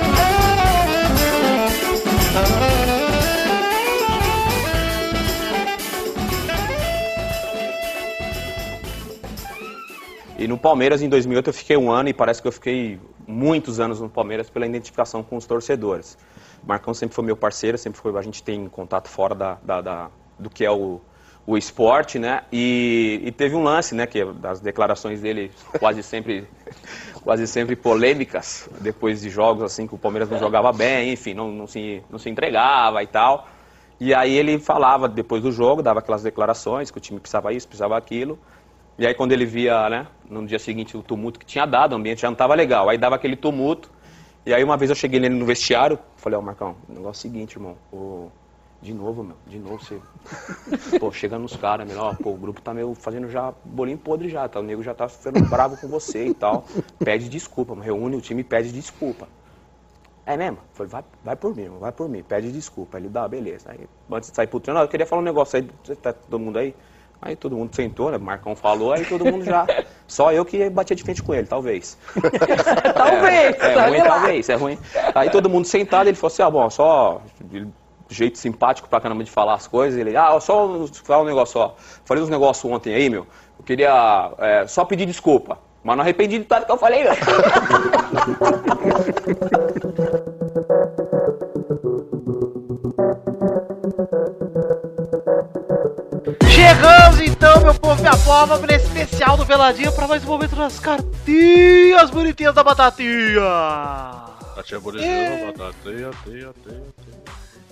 Speaker 14: E no Palmeiras, em 2008, eu fiquei um ano e parece que eu fiquei muitos anos no Palmeiras pela identificação com os torcedores. O Marcão sempre foi meu parceiro, sempre foi. A gente tem contato fora da, da- da- do que é o, o esporte, né? E, e teve um lance, né? Que as declarações dele quase sempre, quase sempre polêmicas, depois de jogos, assim, que o Palmeiras não jogava bem, enfim, não, não, se, não se entregava e tal. E aí ele falava depois do jogo, dava aquelas declarações que o time precisava isso, precisava aquilo. E aí quando ele via, né, no dia seguinte o tumulto que tinha dado, o ambiente já não estava legal. Aí dava aquele tumulto. E aí uma vez eu cheguei nele no vestiário, falei, ó, Marcão, o negócio é o seguinte, irmão, ô, de novo, meu, de novo você. Pô, chega nos caras, melhor, pô, o grupo tá meio fazendo já bolinho podre já, tá? O nego já tá ficando bravo com você e tal. Pede desculpa, mano, reúne o time e pede desculpa. É mesmo? Eu Falei, vai, vai por mim, irmão, vai por mim, pede desculpa. Ele dá, beleza. Aí, antes de sair pro treino, "Ah, eu queria falar um negócio aí, você tá todo mundo aí? Aí todo mundo sentou, né? Marcão falou, aí todo mundo já. Só eu que batia de frente com ele, talvez. talvez, é, é ruim, talvez, é ruim. Aí todo mundo sentado, ele falou assim: ah, bom, só. ele- Jeito simpático pra caramba de falar as coisas. Ele, ah, só falar um negócio, ó. Falei uns negócios ontem aí, meu. Eu queria é, só pedir desculpa. Mas não arrependi de tudo que eu falei, meu.
Speaker 4: Chegamos então, meu povo, minha pova, nesse especial do Peladinha pra mais um momento das cartinhas bonitinhas da batatinha.
Speaker 7: Até
Speaker 4: bonitinha,
Speaker 7: batateia, teia, teia, teia.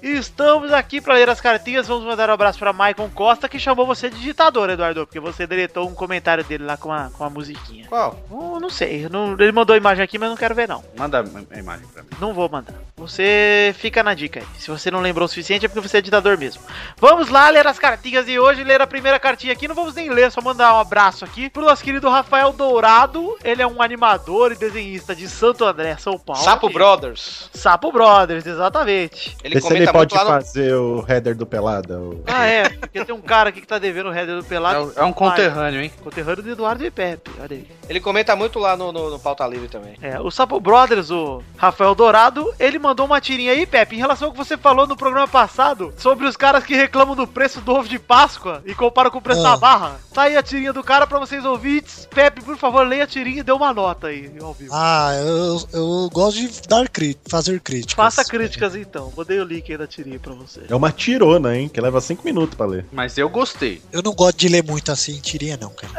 Speaker 4: Estamos aqui pra ler as cartinhas. Vamos mandar um abraço pra Maicon Costa, que chamou você de ditador, Eduardo, porque você deletou um comentário dele lá com uma, com uma musiquinha.
Speaker 5: Qual?
Speaker 4: Não, não sei, não- ele mandou a imagem aqui, mas eu não quero ver, não.
Speaker 5: Manda a imagem pra mim.
Speaker 4: Não vou mandar. Você fica na dica aí. Se você não lembrou o suficiente, é porque você é ditador mesmo. Vamos lá ler as cartinhas e hoje ler a primeira cartinha aqui. Não vamos nem ler, só mandar um abraço aqui pro nosso querido Rafael Dourado. Ele é um animador e desenhista de Santo André, São Paulo.
Speaker 1: Sapo
Speaker 4: E-
Speaker 1: Brothers.
Speaker 4: Sapo Brothers, exatamente.
Speaker 6: Vê se ele pode fazer o header do Pelada. o-
Speaker 4: Ah, é, porque tem um cara aqui que tá devendo o header do Pelado.
Speaker 5: É um- é um conterrâneo, hein?
Speaker 4: Conterrâneo do Eduardo e Pepe, olha aí.
Speaker 1: Ele comenta muito lá no, no, no Pauta Livre também.
Speaker 4: É, o Sapo Brothers, o Rafael Dourado, ele mandou uma tirinha aí, Pepe, em relação ao que você falou no programa passado sobre os caras que reclamam do preço do ovo de Páscoa e comparam com o preço
Speaker 2: Ah.
Speaker 4: da barra. Tá aí a tirinha do cara pra vocês ouvintes. Pepe, por favor, leia a tirinha e dê uma nota aí, ao vivo.
Speaker 2: Ah, eu, eu gosto de dar crítica, fazer críticas.
Speaker 4: Faça críticas então, mandei o link pequena tirinha pra você.
Speaker 6: É uma tirona, hein? Que leva cinco minutos pra ler.
Speaker 5: Mas eu gostei.
Speaker 2: Eu não gosto de ler muito assim, tirinha não, cara.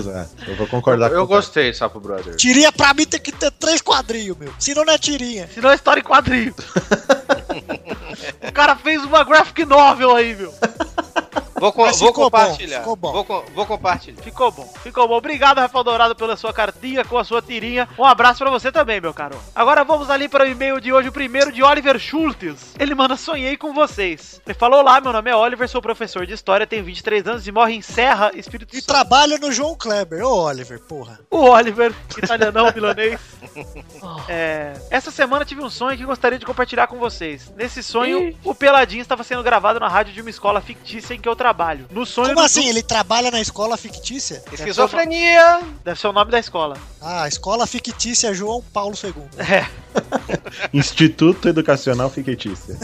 Speaker 6: Exato. Eu vou concordar
Speaker 5: Eu gostei, Sapo Brother.
Speaker 2: Tirinha pra mim tem que ter três quadrinhos, meu. Senão não é tirinha.
Speaker 4: Senão é história em quadrinho. o cara fez uma graphic novel aí, meu.
Speaker 1: Vou, co-
Speaker 4: Mas
Speaker 1: vou
Speaker 4: ficou bom,
Speaker 1: compartilhar.
Speaker 4: ficou bom.
Speaker 1: Vou, co- vou compartilhar.
Speaker 4: Ficou bom, ficou bom. Obrigado, Rafael Dourado, pela sua cartinha, com a sua tirinha. Um abraço pra você também, meu caro. Agora vamos ali para o e-mail de hoje, o primeiro de Oliver Schultes. Ele manda Sonhei com vocês. Ele falou lá, meu nome é Oliver, sou professor de história, tenho 23 anos e morro em Serra, Espírito
Speaker 2: E trabalho no João Kleber. Ô, Oliver, porra.
Speaker 4: o Oliver, italianão, milanês.
Speaker 2: Oh.
Speaker 4: É, essa semana tive um sonho que gostaria de compartilhar com vocês. Nesse sonho, o Peladinho estava sendo gravado na rádio de uma escola fictícia em que eu trabalho. No sonho
Speaker 2: Como
Speaker 4: do
Speaker 2: assim? Ele trabalha na escola fictícia?
Speaker 4: É Esquizofrenia! Deve ser o nome da escola.
Speaker 2: Ah, escola fictícia João Paulo II.
Speaker 4: É.
Speaker 6: Instituto Educacional Fictícia.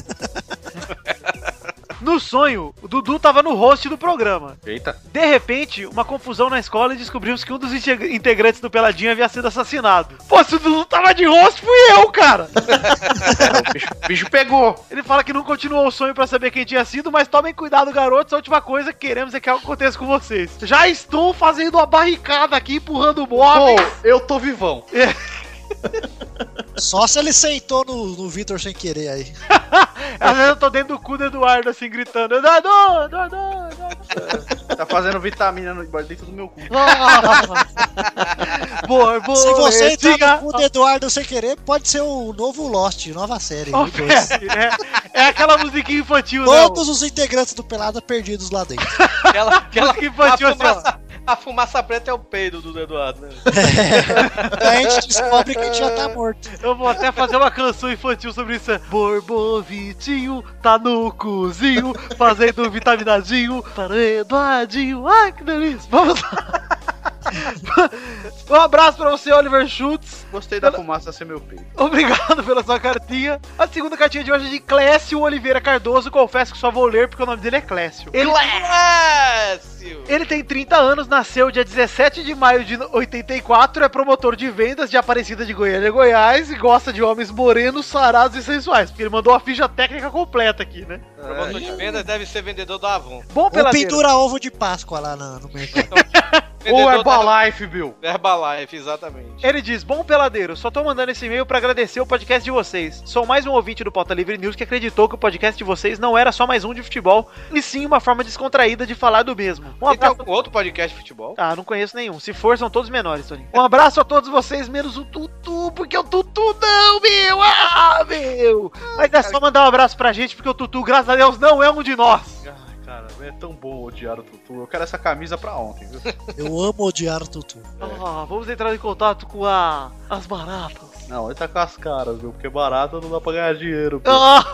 Speaker 4: No sonho, o Dudu tava no host do programa.
Speaker 5: Eita.
Speaker 4: De repente, uma confusão na escola e descobrimos que um dos inte- integrantes do Peladinho havia sido assassinado. Pô, se o Dudu tava de host, fui eu, cara!
Speaker 5: o bicho, bicho pegou.
Speaker 4: Ele fala que não continuou o sonho pra saber quem tinha sido, mas tomem cuidado, garotos. A última coisa que queremos é que algo aconteça com vocês. Já estou fazendo uma barricada aqui, empurrando o
Speaker 5: Pô,
Speaker 4: móvel.
Speaker 5: eu tô vivão.
Speaker 2: Só se ele sentou no, no Vitor sem querer aí.
Speaker 4: Às vezes eu tô dentro do cu do Eduardo, assim, gritando: Eduardo, Eduardo, Eduardo.
Speaker 5: Tá fazendo vitamina no, dentro do meu cu.
Speaker 4: Boa, boa.
Speaker 2: Se você tá entrar
Speaker 4: diga-
Speaker 2: no cu do Eduardo sem querer, pode ser o novo Lost, nova série.
Speaker 4: Ô,
Speaker 2: os dois.
Speaker 4: Pepe, é, é aquela musiquinha infantil, né?
Speaker 2: Todos os integrantes do Pelada perdidos lá dentro.
Speaker 1: Aquela, aquela
Speaker 4: que infantil
Speaker 1: a
Speaker 4: assim, ó.
Speaker 1: fumaça, a fumaça preta é o peido do Eduardo. Né?
Speaker 2: a gente descobre que a gente já tá morto.
Speaker 4: Eu vou até fazer uma canção infantil sobre isso. Borbovitinho tá no cozinho, fazendo vitaminadinho para o Eduardinho. Ai, que delícia. Vamos lá. Um abraço pra você, Oliver Schultz.
Speaker 5: Gostei da fumaça ser meu peito.
Speaker 4: Obrigado pela sua cartinha. A segunda cartinha de hoje é de Clécio Oliveira Cardoso. Confesso que só vou ler porque o nome dele é Clécio. Ele, é.
Speaker 1: Clécio!
Speaker 4: ele tem 30 anos, nasceu dia 17 de maio de 84, é promotor de vendas de Aparecida de Goiânia, Goiás e gosta de homens morenos, sarados e sensuais. Porque ele mandou a ficha técnica completa aqui, né?
Speaker 1: Promotor de vendas deve ser vendedor da Avon.
Speaker 4: Bom
Speaker 2: Ou
Speaker 4: peladeiro.
Speaker 2: pendura ovo de Páscoa lá na- no mercado.
Speaker 1: Vendedor da-
Speaker 5: Herbalife, é Bill.
Speaker 1: Herbalife, exatamente.
Speaker 4: Ele diz: Bom peladeiro, só tô mandando esse e-mail pra agradecer o podcast de vocês. Sou mais um ouvinte do Pauta Livre News que acreditou que o podcast de vocês não era só mais um de futebol, e sim uma forma descontraída de falar do mesmo. Um
Speaker 1: E tem
Speaker 4: abraço.
Speaker 1: algum é outro podcast de futebol?
Speaker 4: Ah, não conheço nenhum. Se for, são todos menores, Toninho. Um abraço a todos vocês, menos o Tutu, porque o Tutu não, meu! Ah, meu! Mas é só mandar um abraço pra gente, porque o Tutu, graças a Deus, não é um de nós.
Speaker 5: Ai, cara, é tão bom odiar o Tutu. Eu quero essa camisa pra ontem, viu?
Speaker 2: Eu amo odiar o Tutu.
Speaker 4: Ah, vamos entrar em contato com a... as baratas.
Speaker 5: Não, ele tá com as caras, viu? Porque barato não dá pra ganhar dinheiro. pô.
Speaker 4: Ah!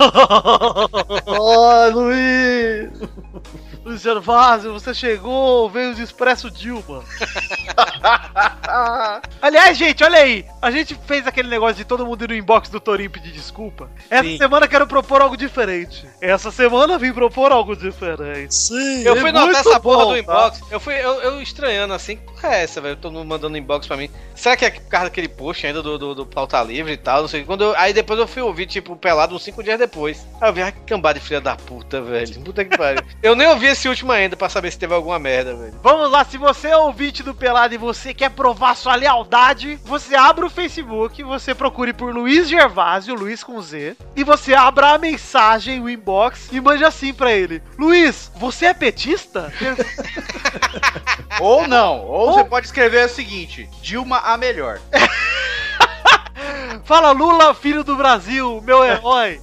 Speaker 4: oh, Luiz! Luiz Gervásio, você chegou, veio de Expresso Dilma. Aliás, gente, olha aí. A gente fez aquele negócio de todo mundo ir no inbox do Torim pedir desculpa. Essa
Speaker 1: Sim.
Speaker 4: semana eu quero propor algo diferente. Essa semana eu vim propor algo diferente.
Speaker 2: Sim.
Speaker 1: Eu fui
Speaker 4: É
Speaker 1: notar
Speaker 4: muito
Speaker 1: essa porra
Speaker 4: bom,
Speaker 1: do
Speaker 4: tá?
Speaker 1: inbox. Eu fui eu, eu estranhando assim, que porra é essa, velho? Todo mundo mandando inbox pra mim. Será que é por causa daquele post ainda do, do, do pauta livre e tal? Não sei. Quando eu- aí depois eu fui ouvir, tipo, pelado uns cinco dias depois. Aí eu vi, ah, que cambada de filha da puta, velho. Puta que pariu. eu nem ouvi esse último ainda pra saber se teve alguma merda, velho.
Speaker 4: Vamos lá, se você é ouvinte do Pelado e você quer provar sua lealdade, você abre o Facebook, você procure por Luiz Gervásio, Luiz com Z, e você abra a mensagem, o inbox, e mande assim pra ele: Luiz, você é petista?
Speaker 5: Ou não. Ou você pode escrever o seguinte: Dilma a melhor.
Speaker 4: Fala Lula, filho do Brasil, meu herói.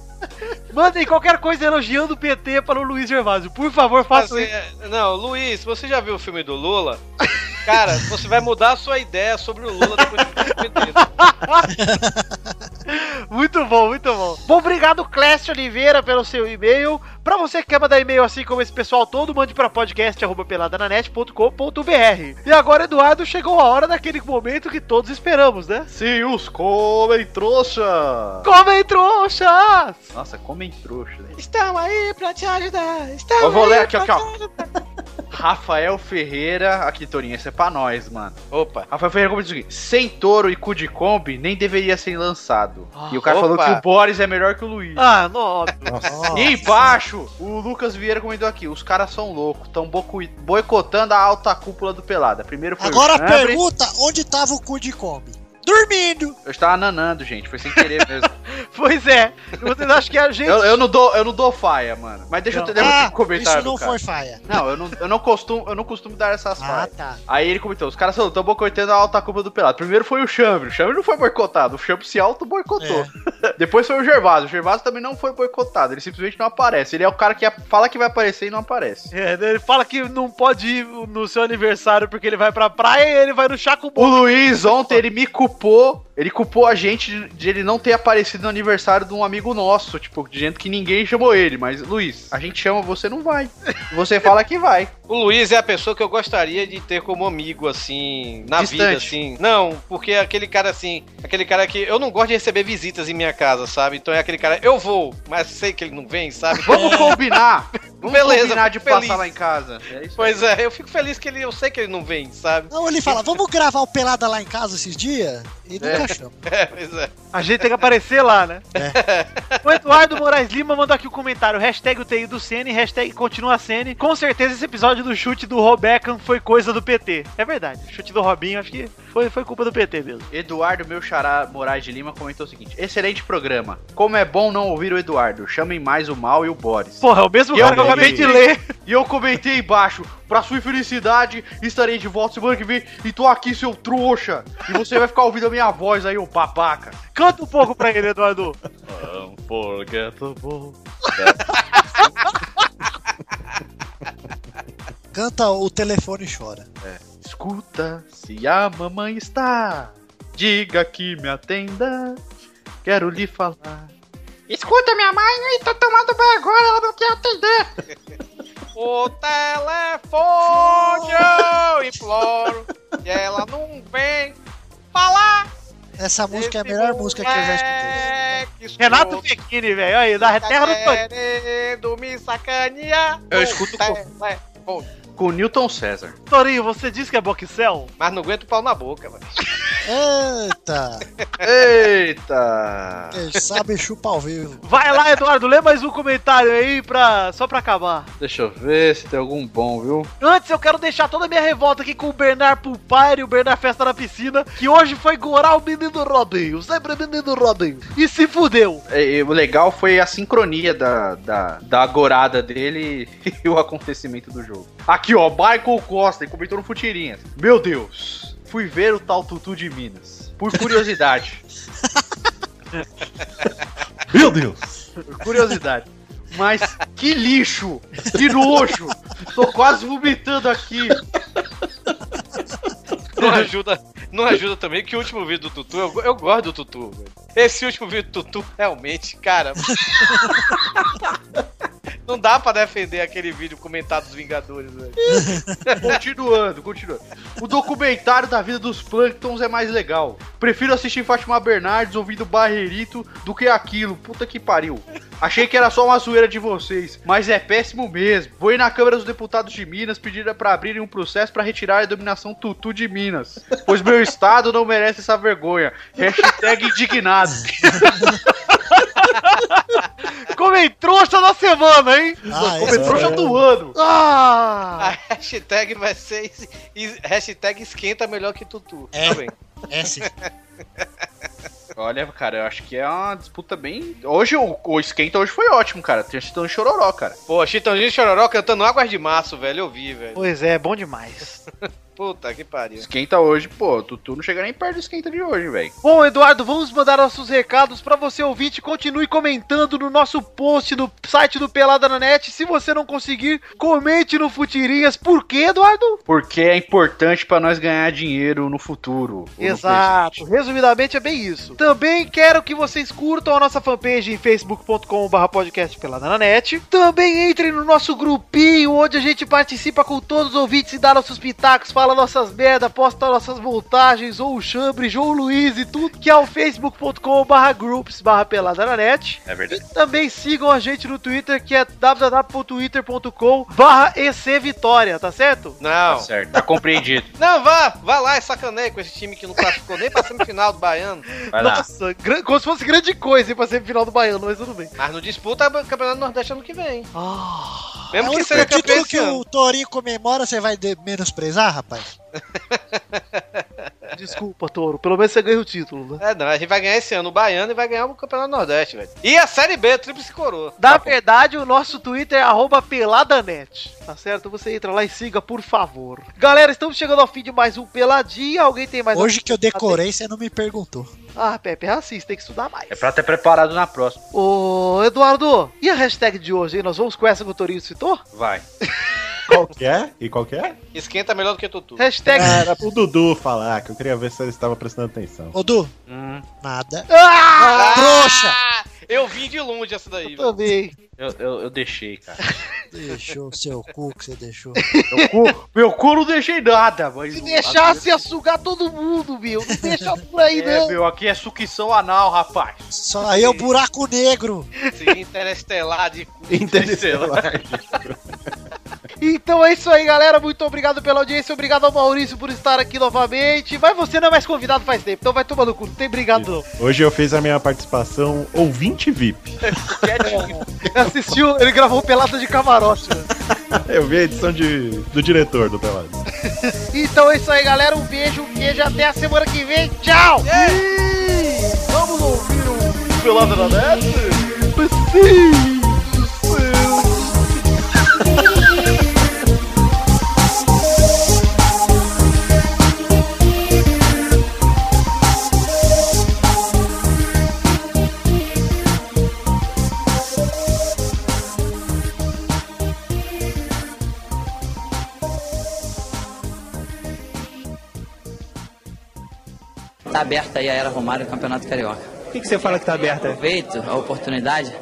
Speaker 4: Mandem qualquer coisa elogiando o PT para o Luiz Gervásio. Por favor, faça
Speaker 1: Assim,
Speaker 4: isso.
Speaker 1: é- não, Luiz, você já viu o filme do Lula? Cara, você vai mudar a sua ideia sobre o Lula depois de ver o filme dele.
Speaker 4: Muito bom, muito bom. Bom, obrigado, Clécio Oliveira, pelo seu e-mail. Pra você que quer mandar e-mail assim como esse pessoal todo, mande pra podcast.peladananet.com.br. E agora, Eduardo, chegou a hora daquele momento que todos esperamos, né?
Speaker 5: Sim, os comem trouxa.
Speaker 4: Comem trouxas!
Speaker 5: Nossa, comem trouxa, né?
Speaker 1: Estamos aí pra te ajudar.
Speaker 5: Eu
Speaker 1: Estamos
Speaker 5: vou
Speaker 1: aí
Speaker 5: ler aqui,
Speaker 1: pra
Speaker 5: aqui, ó. Rafael Ferreira. Aqui, Torinho, isso é pra nós, mano. Opa. Rafael Ferreira comentou o seguinte: sem touro e cu de Kombi, nem deveria ser lançado. e o cara
Speaker 4: Opa.
Speaker 5: falou que o Boris é melhor que o Luiz.
Speaker 4: Ah, não.
Speaker 5: E embaixo, o Lucas Vieira comentou aqui: os caras são loucos, estão boicotando a alta cúpula do Pelada. Primeiro foi
Speaker 2: Agora
Speaker 5: o
Speaker 2: a
Speaker 5: Chambre.
Speaker 2: pergunta: onde tava o cu de Kombi? Dormindo!
Speaker 5: Eu estava nanando, gente, foi sem querer mesmo.
Speaker 4: pois é, vocês acham que a gente.
Speaker 5: Eu, eu não, dou, eu não dou faia, mano. Mas deixa eu
Speaker 2: Não.
Speaker 5: ter deixa eu ter
Speaker 2: Ah,
Speaker 5: um comentário.
Speaker 2: isso não
Speaker 5: do cara.
Speaker 2: foi faia.
Speaker 5: Não, eu não, eu não costumo, eu não costumo dar essas
Speaker 2: Ah,
Speaker 5: faias.
Speaker 2: tá.
Speaker 5: Aí ele comentou: os caras só estão boicotando a alta cúpula do Pelado. Primeiro foi o Chambre, o Chambre não foi boicotado, o Chambre se auto-boicotou.
Speaker 2: É.
Speaker 5: Depois foi o Gervásio, o Gervásio também não foi boicotado, ele simplesmente não aparece. Ele é o cara que fala que vai aparecer e não aparece.
Speaker 4: É, ele fala que não pode ir no seu aniversário porque ele vai pra praia e ele vai no Chaco
Speaker 5: O Luiz ontem ele me culpou, ele culpou a gente de, de ele não ter aparecido no aniversário de um amigo nosso, tipo, de gente que ninguém chamou ele, mas Luiz, a gente chama, você não vai. Você fala que vai.
Speaker 1: O Luiz é a pessoa que eu gostaria de ter como amigo, assim, na vida,
Speaker 5: Distante.
Speaker 1: assim. Não, porque é aquele cara, assim, aquele cara que eu não gosto de receber visitas em minha casa, sabe? Então é aquele cara, eu vou, mas sei que ele não vem, sabe?
Speaker 5: Vamos combinar. Vamos
Speaker 1: Beleza,
Speaker 5: combinar de
Speaker 1: fico feliz.
Speaker 5: passar lá em casa. É isso
Speaker 1: Pois é, eu fico feliz que ele, eu sei que ele não vem, sabe?
Speaker 2: Não, ele fala: vamos gravar o Pelada lá em casa esses dias? E nunca
Speaker 1: É.
Speaker 2: chama.
Speaker 1: É, pois é.
Speaker 4: A gente tem que aparecer lá, né? O Eduardo Moraes Lima mandou aqui o comentário. Hashtag UTI do Sene, hashtag continua Sene. Com certeza esse episódio do chute do Robecan foi coisa do PT. É verdade. Chute do Robinho, acho que foi, foi culpa do PT mesmo.
Speaker 5: Eduardo Meu Xará Moraes de Lima comentou o seguinte: excelente programa. Como é bom não ouvir o Eduardo. Chamem mais o Mal e o Boris.
Speaker 4: Porra, é o mesmo
Speaker 5: E
Speaker 4: cara que eu acabei de ler.
Speaker 5: E eu comentei embaixo, pra sua infelicidade, estarei de volta semana que vem e tô aqui, seu trouxa. E você vai ficar ouvindo a minha voz aí, ô babaca.
Speaker 4: Canta um pouco pra ele, Eduardo.
Speaker 5: Unforgettable.
Speaker 2: Canta o telefone e chora.
Speaker 5: Escuta, se a mamãe está, diga que me atenda. Quero lhe falar.
Speaker 18: Escuta, minha mãe tá tomando banho agora, ela não quer atender.
Speaker 1: O telefone eu imploro e ela não vem falar.
Speaker 2: Essa música é a melhor música que eu já
Speaker 1: escutei.
Speaker 4: Renato Fechini, velho. Aí, da
Speaker 1: Tá
Speaker 4: terra do Toninho.
Speaker 1: querendo me sacanear.
Speaker 5: Eu escuto
Speaker 1: com...
Speaker 5: Com Newton César.
Speaker 4: Torinho, você disse que é boxel?
Speaker 1: Mas não aguento pau na boca, mano.
Speaker 2: Eita!
Speaker 5: Eita!
Speaker 2: Quem sabe chupa ao vivo.
Speaker 4: Vai lá, Eduardo, lê mais um comentário aí pra... só pra acabar.
Speaker 5: Deixa eu ver se tem algum bom, viu?
Speaker 4: Antes eu quero deixar toda a minha revolta aqui com o Bernard Pulpar e o Bernard Festa na Piscina, que hoje foi gorar o menino Robin, o sempre menino Robin. E se fudeu.
Speaker 5: É, e O legal foi a sincronia da, da, da agorada dele e o acontecimento do jogo. Aqui, ó, Michael Costa, ele comentou no Futirinhas. Meu Deus, fui ver o tal Tutu de Minas. Por curiosidade.
Speaker 6: Meu Deus!
Speaker 5: por curiosidade. Mas que lixo! Que nojo! Tô quase vomitando aqui.
Speaker 1: Não ajuda, não ajuda também que o último vídeo do Tutu, eu, eu gosto do Tutu. velho. Esse último vídeo do Tutu, realmente, cara. não dá pra defender aquele vídeo comentado dos Vingadores, velho.
Speaker 5: Continuando, continuando. O documentário da vida dos Planktons é mais legal. Prefiro assistir Fátima Bernardes ouvindo Barreirito do que aquilo. Puta que pariu. Achei que era só uma zoeira de vocês, mas é péssimo mesmo. Vou ir na Câmara dos Deputados de Minas pedir pra abrirem um processo pra retirar a dominação tutu de Minas. Pois meu estado não merece essa vergonha. Hashtag indignado.
Speaker 4: Comem trouxa da semana, hein?
Speaker 2: Ah,
Speaker 5: Comem trouxa do ano.
Speaker 4: Ah!
Speaker 1: A hashtag vai ser es- es- hashtag esquenta melhor que Tutu.
Speaker 2: É.
Speaker 1: Tá bem.
Speaker 2: É sim.
Speaker 5: Olha, cara, eu acho que é uma disputa bem. Hoje o, o esquenta hoje foi ótimo, cara. Tinha sido um chororó, cara.
Speaker 1: Pô, Chitãozinho e Chororó cantando Águas de Março, velho. Eu vi, velho.
Speaker 4: Pois é, bom demais.
Speaker 1: Puta que pariu.
Speaker 5: Esquenta hoje, pô, Tutu não chega nem perto do esquenta de hoje, velho.
Speaker 4: Bom, Eduardo, vamos mandar nossos recados pra você ouvinte. Continue comentando no nosso post no site do Pelada na Net. Se você não conseguir, comente no Futirinhas. Por quê, Eduardo?
Speaker 5: Porque é importante pra nós ganhar dinheiro no futuro. ou no
Speaker 4: Exato. Resumidamente é bem isso. Também quero que vocês curtam a nossa fanpage em facebook.com.br podcast peladananet. Também entrem no nosso grupinho onde a gente participa com todos os ouvintes e dá nossos pitacos, fala fala nossas merda, posta nossas montagens, ou o Chambre, ou o Luiz e tudo, que é o facebook.com barra groups barra pelada na net.
Speaker 19: É verdade.
Speaker 4: E também sigam a gente no Twitter, que é www.twitter.com barra ecvitória, tá certo?
Speaker 1: Não.
Speaker 19: Tá certo, tá compreendido.
Speaker 1: Não, vá, vá lá e sacaneia com esse time que não classificou nem pra semifinal do Baiano.
Speaker 19: Vai lá.
Speaker 4: Nossa, gran- como se fosse grande coisa hein, pra semifinal do Baiano, mas tudo bem.
Speaker 1: Mas não disputa o Campeonato Nordeste ano que vem.
Speaker 2: É
Speaker 1: Mesmo
Speaker 2: o
Speaker 1: que
Speaker 2: único
Speaker 1: seja campeão
Speaker 2: título
Speaker 1: esse
Speaker 2: que
Speaker 1: ano.
Speaker 2: o Torinho comemora, você vai de- menosprezar, rapaz?
Speaker 4: Desculpa, Toro, pelo menos você ganha o título, né?
Speaker 1: É, não, a gente vai ganhar esse ano o Baiano e vai ganhar o Campeonato Nordeste, velho. E a Série B, a Tríplice Coroa.
Speaker 4: Na verdade, o nosso Twitter é arroba peladanet, tá certo? Você entra lá e siga, por favor. Galera, estamos chegando ao fim de mais um Peladinha. Alguém tem mais
Speaker 2: Hoje que eu decorei,
Speaker 4: você
Speaker 2: você não me perguntou.
Speaker 4: Ah, Pepe, é racista, tem que estudar mais.
Speaker 19: É pra ter preparado na próxima.
Speaker 4: Ô, Eduardo, e a hashtag de hoje, hein? Nós vamos com essa que o Torinho citou?
Speaker 19: Vai.
Speaker 6: Qual que é? E qual que é?
Speaker 1: Esquenta melhor do que Tutu.
Speaker 4: Hashtag...
Speaker 6: Ah, Era pro Dudu falar, que eu queria ver se ele estava prestando atenção.
Speaker 2: Ô, Du, nada.
Speaker 4: Ah!
Speaker 2: Trouxa!
Speaker 1: Eu vim de longe essa daí, velho.
Speaker 4: Também.
Speaker 19: Eu, eu, eu deixei, cara.
Speaker 2: Deixou seu cu que você deixou.
Speaker 19: Meu cu, meu cu não deixei nada, mas.
Speaker 4: Se deixasse ia sugar todo mundo, meu. Não deixa por aí,
Speaker 19: É,
Speaker 4: não.
Speaker 19: meu, aqui é sucção anal, rapaz.
Speaker 2: Só aí é o buraco negro.
Speaker 1: Esse interestelar de cu.
Speaker 6: Interestelar.
Speaker 4: Então é isso aí, galera. Muito obrigado pela audiência. Obrigado ao Maurício por estar aqui novamente. Mas você não é mais convidado faz tempo, então vai tomar no cu. Não tem obrigado, não.
Speaker 6: Hoje eu fiz a minha participação ouvinte VIP.
Speaker 4: Assistiu, ele gravou pelada de camarote. né?
Speaker 6: Eu vi a edição de, do diretor do Pelado.
Speaker 4: Então é isso aí, galera. Um beijo, um queijo. Até a semana que vem. Tchau! E Vamos ouvir o Pelada na Net? Sim!
Speaker 20: Tá aberta aí a Era Romário do Campeonato Carioca. O que, você fala que tá aberta? Aproveito a oportunidade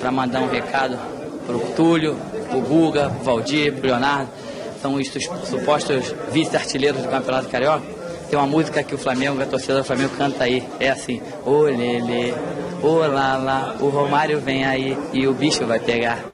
Speaker 20: para mandar um recado pro Túlio, pro Guga, pro Valdir, pro Leonardo. São os sus- supostos vice-artilheiros do Campeonato Carioca. Tem uma música que o Flamengo, a torcida do Flamengo canta aí. É assim, ô Lelê, ô Lala, o Romário vem aí e o bicho vai pegar.